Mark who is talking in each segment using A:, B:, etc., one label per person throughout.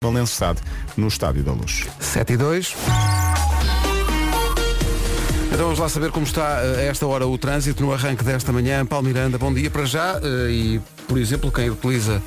A: Valenço Sade, no Estádio da Luz.
B: 7 e 2. Então vamos lá saber como está eh, a esta hora o trânsito no arranque desta manhã. Paulo Miranda, bom dia para já. eh, E, por exemplo, quem utiliza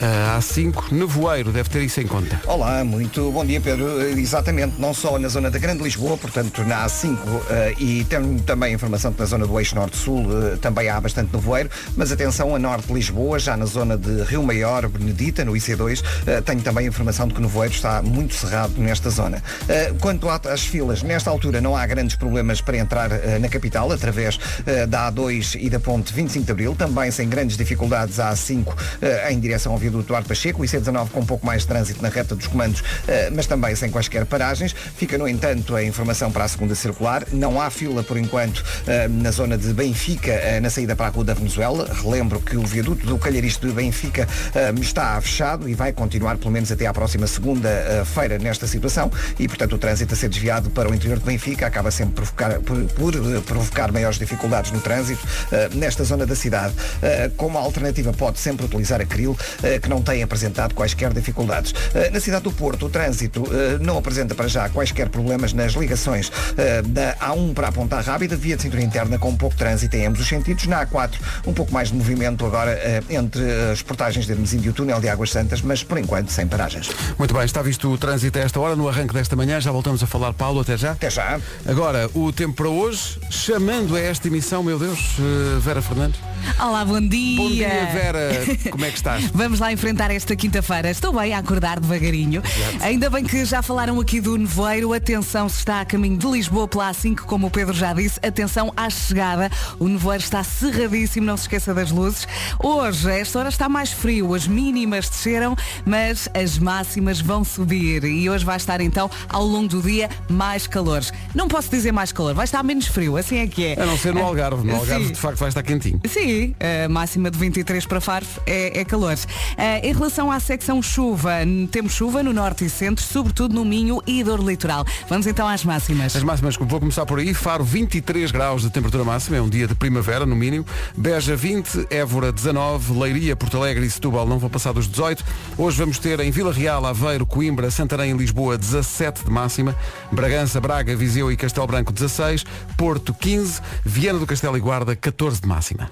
B: eh, a A5, nevoeiro, deve ter isso em conta.
C: Olá, muito bom dia Pedro. Eh, Exatamente, não só na zona da Grande Lisboa, portanto na A5 eh, e tem também informação que na zona do Eixo Norte-Sul eh, também há bastante nevoeiro, mas atenção a Norte de Lisboa, já na zona de Rio Maior, Benedita, no IC2, eh, tenho também informação de que o nevoeiro está muito cerrado nesta zona. Eh, Quanto à- às filas, nesta altura não há grandes problemas para entrar eh, na capital através eh, da A2 e da ponte 25 de Abril, também sem grandes dificuldades a A5 eh, em direção ao viaduto Duarte Pacheco, IC19 com um pouco mais de trânsito na reta dos comandos, eh, mas também sem quaisquer paragens. Fica, no entanto, a informação para a segunda circular. Não há fila, por enquanto, eh, na zona de Benfica, eh, na saída para a Rua da Venezuela. Relembro que o viaduto do Calharisto de Benfica eh, está fechado e vai continuar pelo menos até à próxima segunda-feira nesta situação e, portanto, o trânsito a ser desviado para o interior de Benfica acaba sempre provocar- por, por, eh, provocar maiores dificuldades no trânsito eh, nesta zona da cidade. Eh, Como alternativa pode sempre utilizar acril, eh, que não tem apresentado quaisquer dificuldades. Eh, Na cidade do Porto, o trânsito eh, não apresenta para já quaisquer problemas nas ligações eh, da A1 para a Ponta Rábida, via de cintura interna com pouco trânsito em ambos os sentidos. Na A4, um pouco mais de movimento agora eh, entre as portagens de Hermesim e o túnel de Águas Santas, mas por enquanto sem paragens.
B: Muito bem, está visto o trânsito a esta hora, no arranque desta manhã. Já voltamos a falar, Paulo, até já.
C: Até já.
B: Agora, o tempo para hoje, chamando a esta emissão, meu Deus, eh, Vera Fernandes.
D: Olá, bom dia.
B: Bom dia, Vera. Como é que estás?
D: Vamos lá enfrentar esta quinta-feira. Estou bem a acordar devagarinho. Ainda bem que já falaram aqui do nevoeiro. Atenção se está a caminho de Lisboa pela A5, como o Pedro já disse. Atenção à chegada. O nevoeiro está cerradíssimo, não se esqueça das luzes. Hoje, a esta hora está mais frio. As mínimas desceram, mas as máximas vão subir. E hoje vai estar então, ao longo do dia, mais calor. Não posso dizer mais calor, vai estar menos frio, assim é que é.
B: A não ser no Algarve. No Algarve,
D: Sim.
B: de facto, vai estar quentinho.
D: Sim, a máxima de 23 para Faro é, é calor. Eh, em relação à secção chuva, n- temos chuva no norte e centro, sobretudo no Minho e dor litoral. Vamos então às máximas.
B: As máximas, vou começar por aí, Faro 23 graus de temperatura máxima, é um dia de primavera no mínimo, Beja 20, Évora 19, Leiria, Porto Alegre e Setúbal não vão passar dos 18, hoje vamos ter em Vila Real, Aveiro, Coimbra, Santarém e Lisboa 17 de máxima, Bragança, Braga, Viseu e Castelo Branco 16, Porto 15, Viana do Castelo e Guarda 14 de máxima.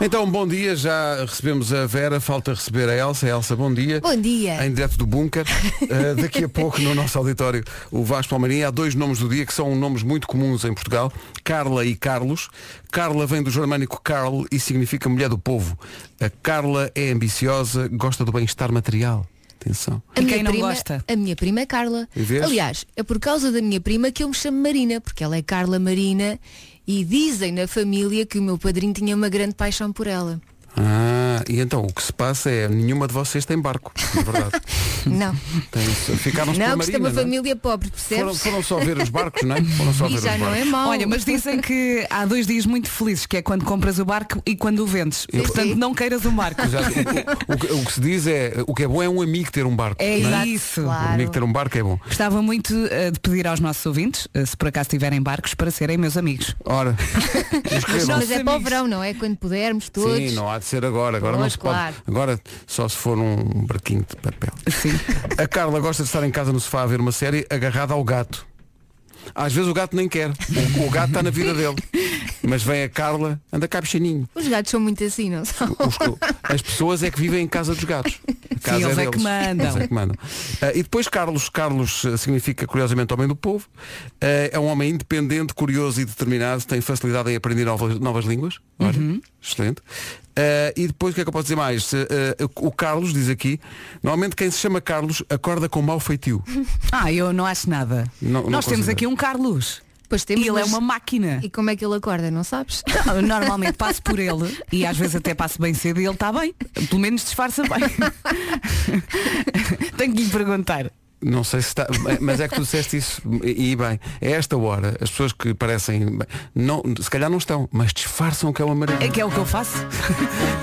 B: Então, bom dia, já recebemos a Vera, falta receber a Elsa. Elsa, bom dia.
E: Bom dia.
B: Em direto do bunker. Uh, daqui a pouco, no nosso auditório, o Vasco Palmeirinho, há dois nomes do dia que são nomes muito comuns em Portugal, Carla e Carlos. Carla vem do germânico Carl e significa mulher do povo. A Carla é ambiciosa, gosta do bem-estar material. Atenção.
D: E quem não gosta?
E: A minha prima é Carla.
B: E vês?
E: Aliás, é por causa da minha prima que eu me chamo Marina, porque ela é Carla Marina e dizem na família que o meu padrinho tinha uma grande paixão por ela.
B: Ah, e então o que se passa é nenhuma de vocês tem barco, na verdade.
E: Não.
B: Tem- Ficaram
E: não,
B: pela
E: que isto é
B: marina,
E: uma
B: não é?
E: família pobre,
B: Foram,
E: percebes?
B: foram só ver os barcos, não é? Foram só ver
E: e já
B: os
E: não
B: barcos.
E: é mau.
D: Olha, mas dizem que há dois dias muito felizes, que é quando compras o barco e quando o vendes.
E: Sim,
D: Portanto,
E: sim.
D: não queiras o barco.
B: Exato. O, o- o que- o que se diz é, o que é bom é um amigo ter um barco.
D: É
B: não
D: isso.
B: Um amigo
E: Claro.
B: ter um barco é bom.
D: Gostava muito eh, de pedir aos nossos ouvintes, eh, se por acaso tiverem barcos, para serem meus amigos.
B: Ora,
E: Mas,
B: inscrevam-se.
E: mas é para o
D: amigos.
E: verão, não é? Quando pudermos todos.
B: Sim, não há de ser agora. Agora não
E: Pois,
B: se pode.
E: claro.
B: Agora só se for um barquinho de papel.
D: Sim.
B: A Carla gosta de estar em casa no sofá a ver uma série agarrada ao gato. Às vezes o gato nem quer. O, o gato está na vida dele. Mas vem a Carla, anda cá bichaninho.
E: Os gatos são muito assim, não são?
B: Os- as pessoas é que vivem em casa dos gatos. A casa
D: eles é que
B: deles.
D: mandam.
B: Eles é que mandam. Ah, e depois Carlos. Carlos ah, significa, curiosamente, homem do povo. Ah, é um homem independente, curioso e determinado. Tem facilidade em aprender novas, novas línguas. Olha,
D: Uhum.
B: excelente. Ah, e depois, o que é que eu posso dizer mais? Ah, o Carlos diz aqui, normalmente quem se chama Carlos acorda com mau feitio.
D: Ah, eu não acho nada.
B: Não- não
D: Nós temos
B: considero.
D: aqui um Carlos.
E: Pois temos,
D: e ele é
E: mas-
D: uma máquina.
E: E como é que ele acorda, não sabes?
D: Não, Normalmente passo por ele e às vezes até passo bem cedo e ele está bem. Pelo menos disfarça bem. Tenho que lhe perguntar.
B: Não sei se está. Mas é que tu disseste isso e e bem, a esta hora, as pessoas que parecem. Não, se calhar não estão, mas disfarçam que é o amarelo.
D: É que é o que eu faço.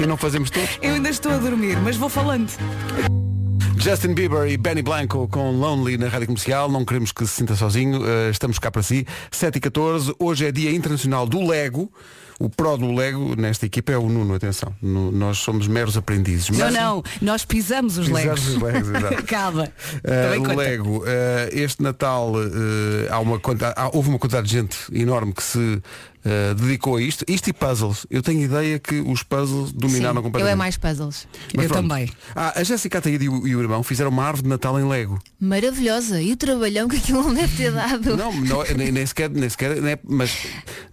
B: E não fazemos todos.
D: Eu ainda estou a dormir, mas vou falando.
B: Justin Bieber e Benny Blanco com Lonely na Rádio Comercial. Não queremos que se sinta sozinho. eh, estamos cá para si. 7 e 14. Hoje é Dia Internacional do Lego. O pró do Lego nesta equipa é o Nuno, atenção. Nu- nós somos meros aprendizes.
D: Não,
B: mas-
D: não, nós pisamos os
B: Pisamos
D: legos.
B: os legos, exato.
D: Calma. Tá
B: Eh,
D: Também
B: o
D: conta.
B: Lego, eh, este Natal eh, há uma quanta- há- houve uma quantidade de gente enorme que se eh, dedicou a isto. Isto e puzzles. Eu tenho ideia que os puzzles dominaram
E: Sim, eu
B: completamente.
E: é mais puzzles.
B: Mas
D: Eu
B: pronto.
D: também.
B: Ah, a Jéssica Ataíde e o, e o irmão fizeram uma árvore de Natal em Lego.
E: Maravilhosa. E o trabalhão que aquilo não deve ter dado.
B: Não, não nem, nem sequer, nem sequer, nem- mas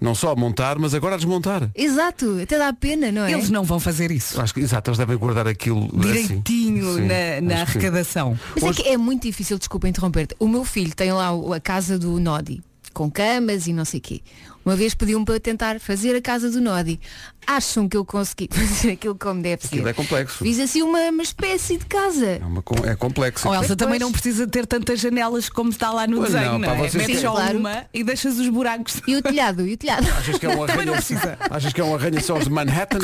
B: não só a montar, mas agora a desmontar.
E: Exato, até dá pena, não é?
D: Eles não vão fazer isso.
B: Acho que, exato, eles devem guardar aquilo
D: Direitinho
B: assim. Ah, Sim,
D: na, na
B: acho que sim.
D: arrecadação.
E: Mas
B: Hoje-
E: é que é muito difícil, desculpa interromper-te. O meu filho tem lá o- a casa do Nodi, com camas e não sei quê. Uma vez pediu-me para tentar fazer a casa do Nodi. Acham que eu consegui fazer aquilo como deve
B: Aquilo
E: ser.
B: é complexo.
E: Fiz assim uma, uma espécie de casa.
B: É, uma com- é complexo.
D: Ou Elsa
E: Pois.
D: também não precisa ter tantas janelas como está lá no
B: Pois
D: desenho,
B: não,
D: não,
B: pá,
D: é?
B: vocês
D: Metes
E: têm-
D: só
E: Claro.
D: uma e deixas os buracos.
E: E o telhado, e o telhado.
B: Achas que é um
D: Também não
B: arranha
D: precisa.
B: Achas que é um arranha-só de Manhattan?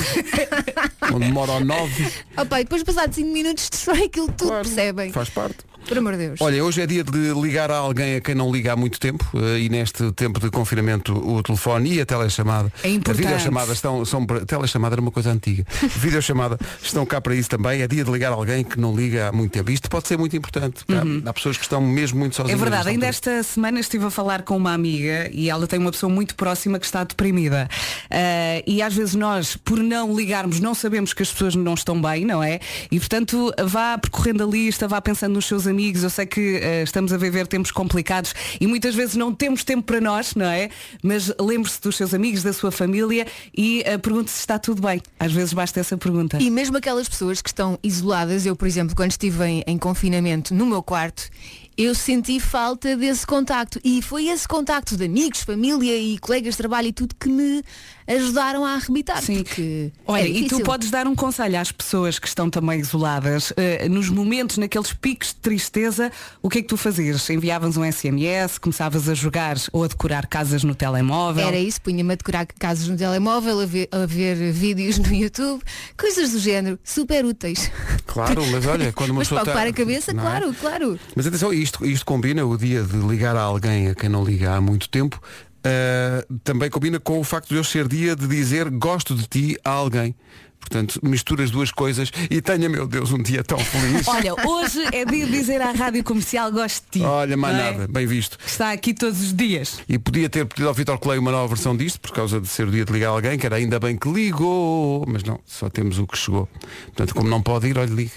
B: onde mora o 9?
E: Opa, e depois passado 5 minutos destrói aquilo tudo,
D: É
E: percebem?
B: Faz parte.
E: Por amor de Deus.
B: Olha, hoje é dia de ligar a alguém a quem não liga há muito tempo eh, e neste tempo de confinamento o telefone e a telechamada.
D: É importante.
B: A videochamada estão, são, para- telechamada era uma coisa antiga. videochamada estão cá para isso também. É dia de ligar a alguém que não liga há muito tempo. Isto pode ser muito importante. porque há- Há, pessoas que estão mesmo muito
D: Uhum. É
B: sozinhas.
D: verdade,
B: nesta
D: ainda
B: altura.
D: esta semana estive a falar com uma amiga e ela tem uma pessoa muito próxima que está deprimida. Ah, e às vezes nós, por não ligarmos, não sabemos que as pessoas não estão bem, não é? E portanto, vá percorrendo a lista, vá pensando nos seus amigos. Eu sei que ah, estamos a viver tempos complicados e muitas vezes não temos tempo para nós, não é? Mas lembre-se dos seus amigos, da sua família e ah, pergunte se está tudo bem. Às vezes basta essa pergunta.
E: E mesmo aquelas pessoas que estão isoladas, eu, por exemplo, quando estive em, em confinamento no meu quarto, eu senti falta desse contacto. E foi esse contacto de amigos, família e colegas de trabalho e tudo que me ajudaram a arrebitar. Porque
D: Olha,
E: é
D: e tu
E: difícil.
D: podes dar um conselho às pessoas que estão também isoladas. eh, nos momentos, naqueles picos de tristeza, o que é que tu fazias? Enviavas um SMS, começavas a jogar ou a decorar casas no telemóvel?
E: Era isso, punha-me a decorar casos no telemóvel, a ver, a ver vídeos no YouTube, coisas do género, super úteis.
D: é-
B: Claro, mas olha, quando uma
E: Mas
B: pessoa
E: para ocupar
B: tá-
E: a cabeça,
B: não é?
E: claro, claro.
B: Mas atenção, isto, isto combina o dia de ligar a alguém a quem não liga há muito tempo. ah, também combina com o facto de hoje ser dia de dizer gosto de ti a alguém. Portanto, mistura as duas coisas e tenha, meu Deus, um dia tão feliz.
D: Olha, hoje é dia de dizer à rádio comercial gosto de ti.
B: Olha, mais
D: não é?
B: nada, bem visto.
D: Que Está aqui todos os dias.
B: E podia ter pedido ao Vitor Clay uma nova versão disto, por causa de ser o dia de ligar a alguém, que era ainda bem que ligou, mas não, só temos o que chegou. Portanto, como não pode ir, olha, ligue.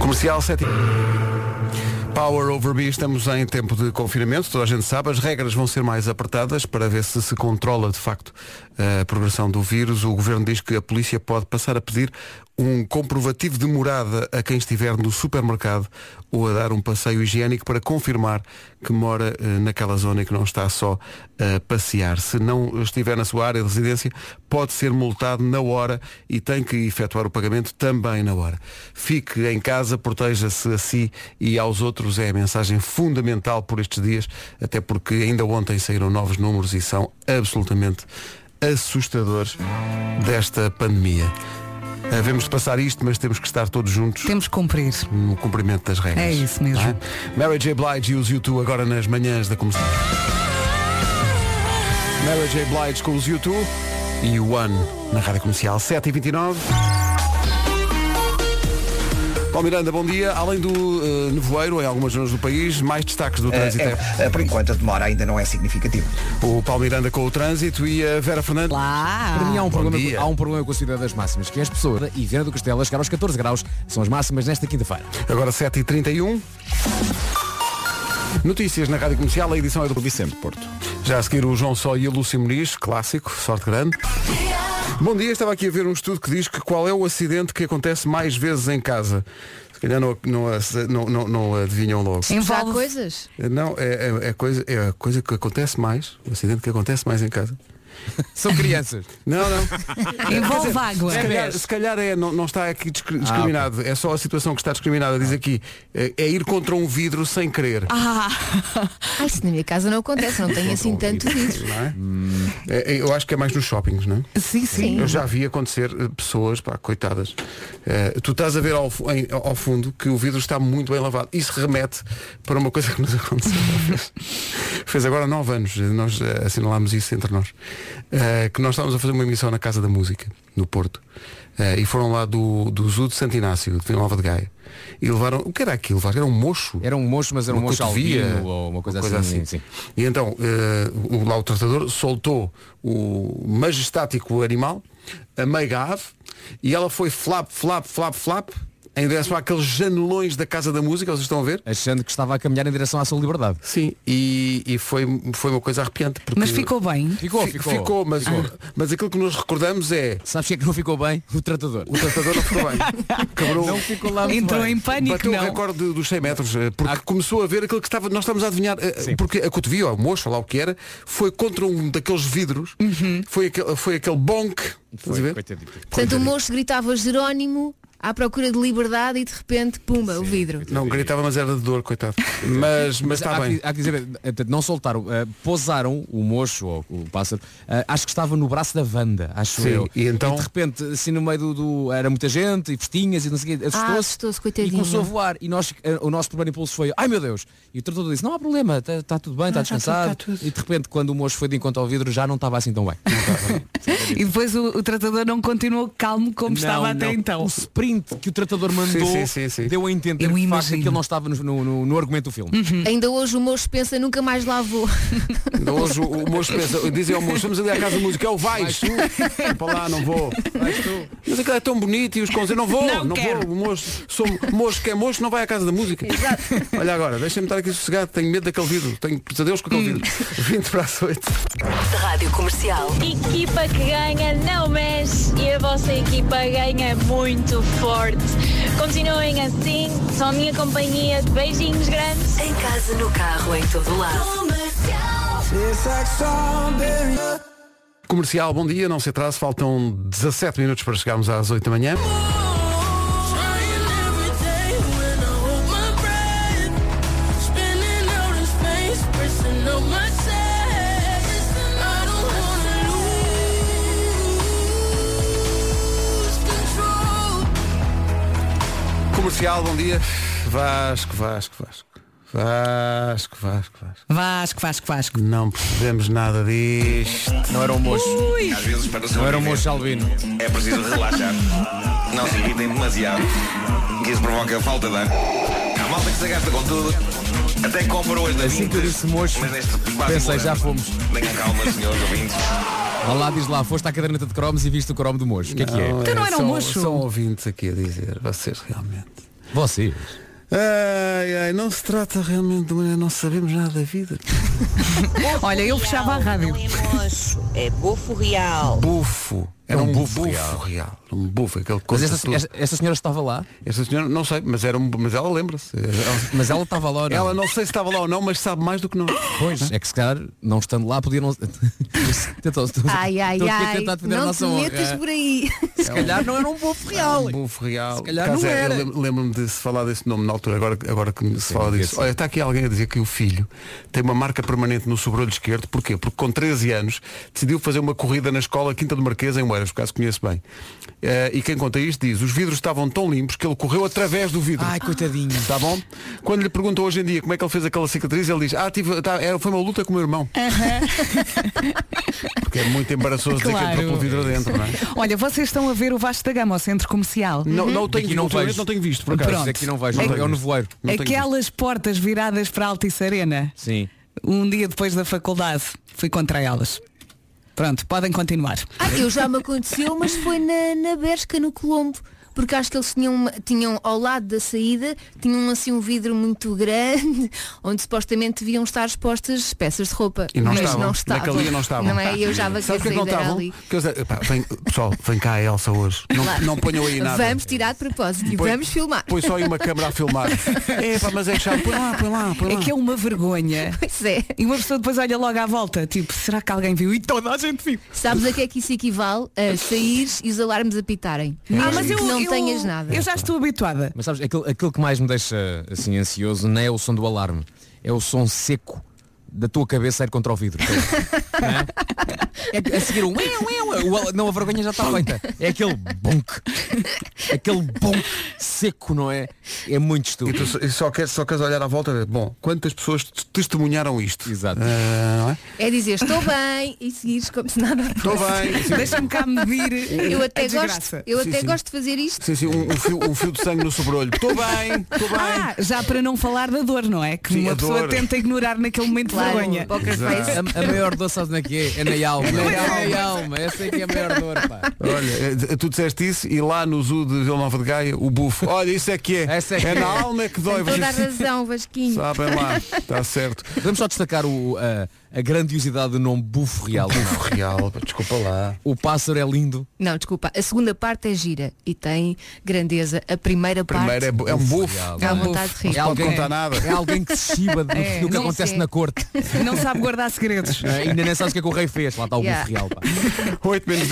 B: Comercial 7. Power over B, estamos em tempo de confinamento, toda a gente sabe, as regras vão ser mais apertadas para ver se se controla de facto a progressão do vírus. O governo diz que a polícia pode passar a pedir um comprovativo de morada a quem estiver no supermercado ou a dar um passeio higiênico para confirmar que mora eh, naquela zona e que não está só eh, a passear. Se não estiver na sua área de residência, pode ser multado na hora e tem que efetuar o pagamento também na hora. Fique em casa, proteja-se a si e aos outros é a mensagem fundamental por estes dias, até porque ainda ontem saíram novos números e são absolutamente assustadores desta pandemia. Havemos de passar isto, mas temos que estar todos juntos
D: Temos que cumprir.
B: no cumprimento das regras.
D: É isso mesmo.
B: Não é? Mary J. Blige e os U2 agora nas manhãs da comissão. Mary J. Blige com os U2 e o One na Rádio Comercial 7h29. Paulo Miranda, bom dia. Além do eh, nevoeiro, em algumas zonas do país, mais destaques do
C: Eh,
B: trânsito. é-
C: é, eh, por enquanto a demora ainda não é significativa.
B: O Paulo Miranda com o trânsito e a Vera Fernandes.
F: Para mim
D: Lá.
F: há um, problema,
B: dia.
F: há um problema com a cidade das máximas, que é as pessoas e Viana do Castelo a chegar aos 14 graus, são as máximas nesta quinta-feira.
B: Agora 7h31. Notícias na Rádio Comercial, a edição é do
A: O Vicente Porto.
B: Já a seguir o João Só e a Lúcia Muniz, clássico, sorte grande. Bom dia, estava aqui a ver um estudo que diz que qual é o acidente que acontece mais vezes em casa. Se calhar não, não, não, não, não adivinham logo.
E: Já há
D: Envolve
E: coisas.
B: Não, é, é- é coisa, é a coisa que acontece mais, o acidente que acontece mais em casa.
F: São crianças.
B: Não, não.
D: Envolve água.
B: Se calhar, se calhar é, não, não está aqui discri-
F: Ah,
B: discriminado. É só a situação que está discriminada. Diz aqui, é, é ir contra um vidro sem querer.
D: Ah,
E: Ah, isso na minha casa não acontece, não tenho assim tanto vidro.
B: Não é? É, é, eu acho que é mais nos shoppings, não é?
D: sim, sim.
B: Eu já vi acontecer eh, pessoas, pá, coitadas. Eh, tu estás a ver ao, fu- em- ao fundo que o vidro está muito bem lavado. Isso remete para uma coisa que nos aconteceu uma vez. que fez agora nove anos, nós eh, assinalámos isso entre nós, eh, que nós estávamos a fazer uma emissão na Casa da Música, no Porto, eh, e foram lá do, do Zoo de Santo Inácio, de Nova de Gaia, e levaram, o que era aquilo, Vasco? Era um mocho?
F: Era um mocho, mas era um
B: Uma
F: mocho
B: cotovia,
F: albino ou uma coisa, assim. sim.
B: E então, eh, o, lá o tratador soltou o majestático animal, a meiga ave, e ela foi flap, flap, flap, flap, em direção àqueles janelões da Casa da Música, vocês estão a ver?
F: Achando que estava a caminhar em direção à sua liberdade.
B: Sim, e, e foi, foi uma coisa arrepiante. Porque
D: Mas ficou bem.
F: Ficou,
B: Fi-
F: ficou.
B: mas, mas aquilo que nos recordamos é
F: Sabes que é que não ficou bem? O tratador.
B: o tratador não ficou bem. Quebrou,
F: Não ficou lá muito
D: Entrou
F: bem. Ah.
D: em pânico,
B: bateu o
D: não.
B: recorde dos 100 metros, eh, porque começou a ver aquilo que estava, nós estamos a adivinhar, eh, porque a cotovia, ou a mocha, lá o que era, foi contra um daqueles vidros,
D: Uhum.
B: foi, aquele, foi aquele bonk. Estás a ver?
F: Coitadinho.
E: Portanto,
B: é.
E: o moço gritava Jerónimo à procura de liberdade e de repente, pumba, o vidro.
B: Não, gritava, mas era de dor, coitado. Mas, mas está
F: há,
B: bem.
F: Que, há que dizer, eh, portanto, não soltaram, eh, pousaram o mocho ou o pássaro, eh, acho que estava no braço da Wanda, acho
B: Sim,
F: eu.
B: e então?
F: de repente, assim no meio do, do- Era muita gente e festinhas e não sei o quê, assustou-se.
E: Ah, assustou-se,
F: e
E: coitadinho.
F: começou a voar. E nós, eh, o nosso primeiro impulso foi, ai meu Deus! E o tratador disse, não há problema, está tudo bem, está descansado. E de repente, quando o mocho foi de encontro ao vidro, já não estava assim tão bem.
D: E depois o, o tratador não continuou calmo como estava
F: Não,
D: até
F: não.
D: então.
F: O sprint que o tratador mandou
B: sim, sim, sim.
F: deu a entender
D: Eu
F: que, de facto,
D: imagino.
F: que ele não estava no, no- no- no argumento do filme.
B: Uhum.
E: Ainda hoje o moço pensa nunca mais lá vou.
B: Então Hoje o, o moço pensa, dizem ao moço, vamos ali à casa do musical, vais, vais para lá, não vou. Mas aquilo é tão bonito e os cons, eu não vou,
D: Não
B: não,
D: quero.
B: vou, o moço, sou moço que é moço, não vai à casa da música. Olha agora, deixa-me estar aqui sossegado, tenho medo daquele vidro, tenho pesadelos com
D: Hum.
B: aquele vidro. 20 para as 8.
G: Rádio Comercial.
H: Equipa que ganha não mexe e a vossa equipa ganha muito forte. Continuem assim, são a minha companhia. Beijinhos grandes.
G: Em casa, no carro, em todo lado.
B: Comercial, bom dia, não se atrase, faltam 17 minutos para chegarmos às 8 da manhã. Comercial, bom dia. Vasco, Vasco, Vasco. Vasco, Vasco, Vasco.
D: Vasco, Vasco, Vasco.
B: Não percebemos nada disto.
F: Não era um mocho.
I: Às vezes, para
F: Não
I: sobreviver,
F: era um mocho albino.
I: é preciso relaxar. Não se irritem demasiado, que isso provoca falta de ar. Há malta que se gasta com tudo. Até compra hoje da
F: Assim que eu
I: Vintes,
F: disse mocho,
I: mas neste quase
F: pensei,
I: morando.
F: já fomos.
I: Tenham calma, senhores ouvintes.
F: Olá, diz lá, foste à caderneta de cromos e viste o cromo do mocho. O que é que é?
D: Então não era um
B: São-
D: mocho?
B: São ouvintes aqui a dizer, vocês realmente.
F: Vocês.
B: Ai, ai, não se trata realmente de mulher, não sabemos nada da vida.
D: Olha, eu fechava a rádio.
G: É bofo real.
B: Bufo. Era
F: Era
B: um
F: um
B: bufo,
F: bufo
B: real. Um bufo, aquele
F: Mas
B: coisa.
F: esta, esta, esta senhora estava lá,
B: esta senhora, não sei, mas, era um, mas ela lembra-se. Ela-
F: mas ela estava lá. ou não?
B: Ela não sei se estava lá ou não, mas sabe mais do que nós.
F: Pois, é que se calhar, não estando lá, podia não. Tentou- tentou-
E: Ai, ai,
F: estou aqui a
E: ai.
F: tentar defender a
E: Não te
F: nossa honra.
E: metas por aí.
F: Se calhar não era um bofo real.
B: Um bufo real.
F: Se calhar
B: Por acaso
F: não
B: é, eu
F: era.
B: lem- Lembro-me de se falar desse nome na altura, agora, agora que se fala
F: devia
B: disso.
F: ser.
B: Olha, está aqui alguém a dizer que o filho tem uma marca permanente no sobrolho esquerdo. Porquê? Porque com 13 anos decidiu fazer uma corrida na escola Quinta do Marquês em Oeiras, por acaso conheço bem. Eh, e quem conta isto diz, os vidros estavam tão limpos que ele correu através do vidro.
F: Ai, coitadinho.
B: Está bom? Quando lhe perguntam hoje em dia como é que ele fez aquela cicatriz, ele diz, ah, tive, tá, era- foi uma luta com o meu irmão. Porque é muito embaraçoso dizer que
D: Claro.
B: entrou pelo vidro adentro, não é?
F: Uhum.
D: Olha, vocês estão a ver o Vasco da Gama ao centro comercial.
B: Não, não tenho,
F: Daqui não
B: ultimamente
F: vejo.
B: não tenho visto, por acaso.
F: Pronto. Aqui não vais,
B: Não
F: é
B: tenho
F: o
B: visto.
F: nevoeiro.
B: Não tenho
D: Aquelas portas viradas para a Altice Arena,
F: Sim.
D: um dia depois da faculdade, fui contra elas. Pronto, podem continuar.
E: Ah, eu já me aconteceu, mas foi na, na Bershka, no Colombo. Porque acho que eles tinham, uma- tinham ao lado da saída, tinham assim um vidro muito grande, onde supostamente deviam estar expostas peças de roupa.
B: E não
E: mas
B: estavam.
E: não estavam.
B: Naquele dia não estavam.
E: é? Eu já vaquei a
B: Sabe o que é que não
E: saída era
B: estavam?
E: ali.
B: Que eles- epá, vem- pessoal, vem cá a Elsa hoje. Não, não ponham aí nada.
E: Vamos tirar de propósito e
B: Põe-
E: vamos filmar.
B: Põe só aí uma câmera a filmar. é, pá, mas é chato. Põe lá, põe lá, põe
D: É
B: lá.
D: que é uma vergonha.
E: Pois é.
D: E uma pessoa depois olha logo à volta, tipo, será que alguém viu? E toda a gente viu.
E: Sabes a que é que isso equivale? A sair e os alarmes apitarem. Mesmo que não tenhas nada.
D: Ah, Eu já estou habituada.
F: Mas sabes, aquilo, aquilo que mais me deixa assim ansioso não é o som do alarme, é o som seco da tua cabeça a ir contra o vidro. Não é? um, É que a seguir o, ué, ué, ué, o al- não a vergonha já está feita. É aquele bunk. aquele bom seco, não é? É muito
B: E
F: estúpido.
B: tu só- só queres, só queres olhar à volta e ver, bom, quantas pessoas te- testemunharam isto?
F: Exato.
B: Ah, não é?
E: É dizer estou bem e seguires como se nada
B: Estou bem. Sim,
D: Deixa-me cá medir.
E: Eu
D: a
E: até, gosto,
D: desgraça.
E: eu
B: Sim,
E: até
B: sim.
E: gosto de fazer isto.
B: sim, sim, um, um fio, um fio de sangue no sobrolho. Estou bem, estou bem.
D: Ah, já para não falar da dor, não é? Que
B: Sim, a
D: uma pessoa
B: dor.
D: tenta ignorar naquele momento de
E: Claro,
D: vergonha.
E: poker
B: Exato.
E: face.
F: A, a maior dor, sabes na que é? É na alma. É na alma. Essa é que é a maior dor, pá.
B: Olha, eh, tu disseste isso e lá no zoo de Vila Nova de Gaia, o bufo. Olha, isso é que é.
F: Essa é que
B: é
F: é.
B: na alma é que dói.
E: Tem toda a
B: vocês
E: razão, Vasquinho.
B: Sabem lá, está certo.
F: Podemos só destacar o, a, a grandiosidade do nome Bufo Real.
B: Real, desculpa lá.
F: O pássaro é lindo.
E: Não, desculpa. A segunda parte é gira e tem grandeza. A primeira
B: Primeiro é,
E: parte
B: bu- é um bufo.
F: Real.
E: dá vontade de
B: Não
E: rir.
B: se pode contar nada.
F: É alguém que se chiba do,
D: É,
F: do que
E: não
F: acontece
E: sei.
F: na corte.
D: Não sabe guardar segredos.
F: Eh, Ainda nem sabes o que é que o rei fez. Lá está o
E: Yeah.
F: Bufo Real, pá.
B: 8 menos.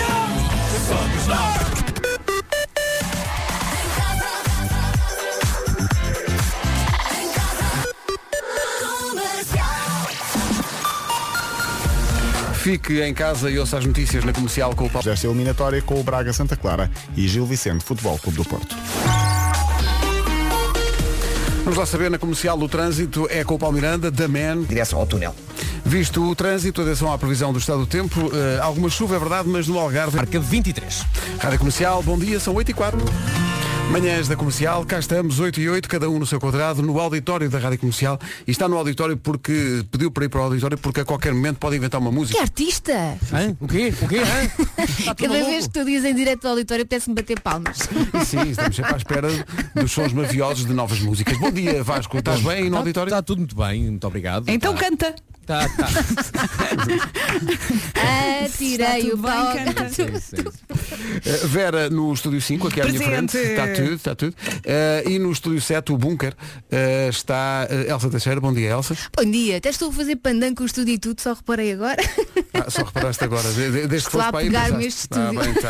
B: Fique em casa e ouça as notícias na comercial com o Paulo.
A: Desta eliminatória com o Braga Santa Clara e Gil Vicente Futebol Clube do Porto.
B: Vamos lá saber na comercial do trânsito é com o Paulo Miranda, da Man.
C: Direção ao túnel.
B: Visto o trânsito, atenção à previsão do estado do tempo. Eh, alguma chuva, é verdade, mas no Algarve.
F: Marca de 23.
B: Rádio Comercial, bom dia, são 8 e 4. Manhãs da Comercial, cá estamos, 8 e 8, cada um no seu quadrado, no auditório da Rádio Comercial. E está no auditório porque pediu para ir para o auditório porque a qualquer momento pode inventar uma
E: Que
B: música.
E: artista!
F: Hã? O quê? O quê? Hã? Está tudo
E: Cada
F: maluco.
E: vez que tu dizes em direto ao auditório apetece-me bater palmas.
B: E sim, estamos sempre à espera dos sons maviosos de novas músicas. Bom dia, Vasco, estás bem no
F: Está-
B: auditório?
F: Está tudo muito bem, muito obrigado. Tá,
D: Então
F: Está-
D: canta.
F: está- está-
E: Atirei o
D: Está tudo
E: pau.
D: bem, canta.
F: sim, sim.
B: Eh, Vera no estúdio 5, aqui à minha
D: Presente.
B: frente. Está tudo, está tudo. Eh, e no estúdio 7, o bunker, eh, está eh, Elsa Teixeira. Bom dia, Elsa.
E: Bom dia, até estou a fazer pandan com o estúdio e tudo, só reparei agora.
B: Ah, só reparaste agora, de- de- desde que
E: Lá
B: foste para aí.
E: pegar-me
B: pensaste.
E: este
B: Ah,
E: estúdio.
B: bem, tá.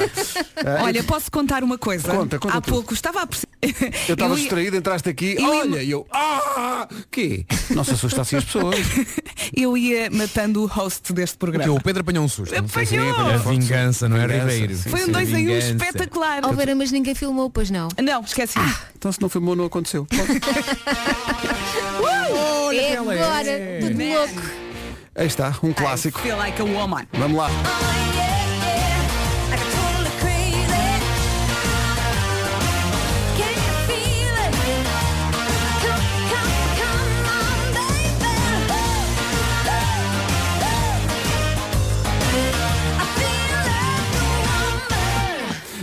D: Olha, posso contar uma coisa?
B: Conta, conta
D: Há
B: tudo.
D: pouco estava a perce-
B: Eu estava
D: ia-
B: distraído, entraste aqui,
D: eu ia-
B: olha, e eu, ah, quê? Não se assusta assim as pessoas.
D: Eu ia matando o host deste
F: Porque
D: programa.
F: o Pedro apanhou um susto. não sei se-
D: Apanhou!
F: A vingança, não é,
B: Vingança,
F: Ribeiro?
B: sim,
D: Foi um 2 em 1 um
F: Vingança.
D: espetacular.
E: Ó Vera, mas ninguém filmou, pois não.
D: Não, esqueci.
B: Então se não filmou, não aconteceu.
E: é
F: ela é.
E: agora, tudo louco.
B: Aí está, um clássico.
D: I feel like a woman.
B: Vamos lá.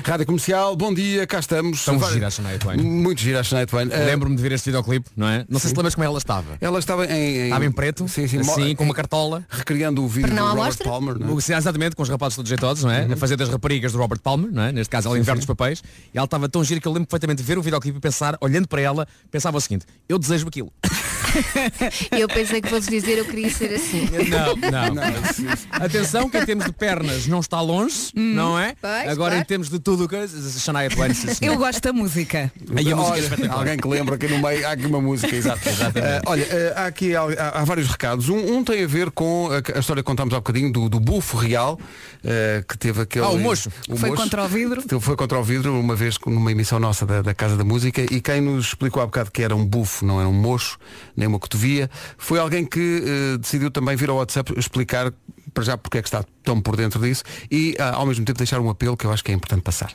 B: Rádio Comercial, bom dia, cá estamos.
F: Tão
B: Várias-
F: gira a Shania Twain.
B: Muito gira a Shania Twain. Ah,
F: Lembro-me de ver este videoclipe, não é? Não sei se lembras como ela estava.
B: Ela estava em...
F: Estava em preto,
B: Sim, sim. mo-
F: assim, com uma
B: em-
F: cartola.
B: Recriando o vídeo
E: Para
B: do
E: não à
B: Robert
E: mostra?
B: Palmer, não é?
F: O- sim, exatamente, com os rapazes todos jeitosos, não é? A fazer das raparigas do Robert Palmer, não é? Neste caso, ela inverte os papéis. E ela estava tão gira que eu lembro perfeitamente de ver o videoclipe e pensar, olhando para ela, pensava o seguinte, eu desejo aquilo.
E: Eu pensei que fosse dizer, eu queria ser assim.
F: Não, não. Atenção que em termos de pernas não está longe, não é?
E: Hum. Pois,
F: Agora em
E: claro.
F: termos de tudo o que é, Shania Twain, sim, senhor.
D: Eu gosto da música.
F: Aí a música
B: Olha,
F: é espetacular.
B: alguém que lembra aqui no meio, há aqui uma música, exato. Ah, olha, ah, há aqui al- há, há vários recados. Um, um tem a ver com a, a história que contámos há bocadinho do, do bufo real, ah, que teve aquele.
F: Ah, o mocho.
D: Foi contra o vidro.
B: Ele foi contra o vidro uma vez numa emissão nossa da, da Casa da Música e quem nos explicou há bocado que era um bufo, não era um mocho, nem uma cotovia, foi alguém que eh, decidiu também vir ao WhatsApp explicar para já porque é que está tão por dentro disso e ah, ao mesmo tempo deixar um apelo que eu acho que é importante passar.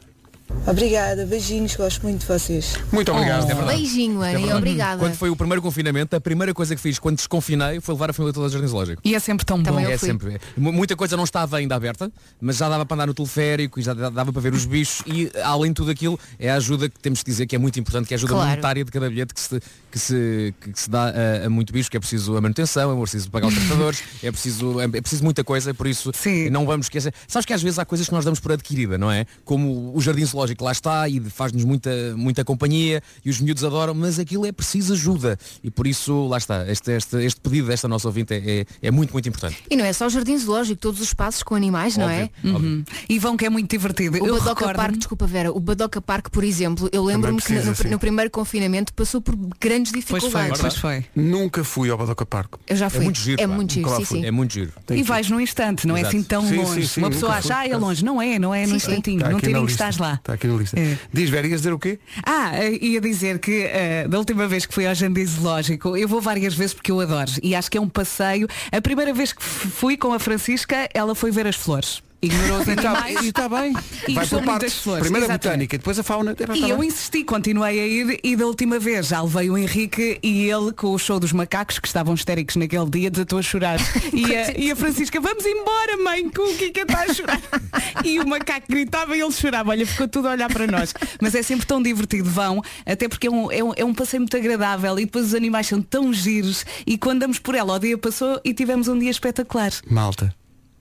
J: Obrigada, beijinhos, gosto muito de vocês.
B: Muito obrigado. é verdade.
E: Oh, Beijinho, Ana, e obrigada.
F: Quando foi o primeiro confinamento, a primeira coisa que fiz quando desconfinei foi levar a família toda ao Jardim Zoológico.
D: E é sempre tão bom.
E: Também
F: É
E: fui.
F: sempre. mu- Muita coisa não estava ainda aberta, mas já dava para andar no teleférico e já da- dava para ver os bichos e além de tudo aquilo é a ajuda que temos de dizer que é muito importante, que é a ajuda
E: Claro.
F: monetária de cada bilhete que se, que se, que se dá a, a muito bicho, que é preciso a manutenção, é preciso pagar os tratadores, é preciso, é preciso muita coisa, por isso
D: Sim.
F: não vamos esquecer. Sabes que às vezes há coisas que nós damos por adquirida, não é? Como o jardim zoológico lá está e faz-nos muita, muita companhia e os miúdos adoram, mas aquilo é preciso ajuda. E por isso, lá está, este, este, este pedido desta nossa ouvinte é- é- é muito, muito importante.
E: E não é só o jardim zoológico, todos os espaços com animais, não é?
F: Óbvio, óbvio.
D: E vão que é muito divertido.
E: O
D: Eu
E: Badoca Parque,
D: recordo.
E: desculpa Vera, o Badoca Parque, por exemplo, eu lembro-me que
B: precisa,
E: no,
B: sim.
E: no primeiro confinamento passou por grandes
D: Pois foi,
E: dificuldades.
D: pois foi.
B: Nunca fui ao Badoca Parque.
E: Eu já fui.
F: é muito giro,
E: é
F: pá.
E: muito giro,
B: Nunca lá
E: sim,
B: fui.
E: sim.
F: É muito giro.
D: E vais num instante, não é
F: Exato.
D: assim tão
B: Sim,
D: longe.
B: sim, sim,
D: Uma pessoa
B: nunca fui,
D: acha, ah, é
B: por
D: longe. Não é, não é, num
E: Sim, sim.
D: instantinho,
B: Está
D: num
B: Tá aqui na
D: tirinho
B: lista.
D: estás lá. É.
B: Está aqui na lista. Diz, Vera, ias dizer o quê?
D: Ah, eh, ia dizer que eh, da última vez que fui ao Jardim Zoológico, eu vou várias vezes porque eu adoro e acho que é um passeio. A primeira vez que f- fui com a Francisca, ela foi ver as flores. Ignorou os
B: E tá-
D: animais.
B: e está bem.
D: E
B: Vai
D: gostou muito
B: por partes.
D: das flores.
B: Primeiro a
D: Exatamente.
B: botânica, depois a fauna. Tá bem, tá
D: E eu
B: bem.
D: insisti, continuei a ir e da última vez já levei o Henrique e ele com o show dos macacos que estavam histéricos naquele dia desatou a chorar. E a, e a Francisca, vamos embora mãe, que o Kika está a chorar. E o macaco gritava e ele chorava, olha, ficou tudo a olhar para nós. Mas é sempre tão divertido, vão, até porque é um, é um, é um passeio muito agradável e depois os animais são tão giros e quando andamos por ela o dia passou e tivemos um dia espetacular.
B: Malta,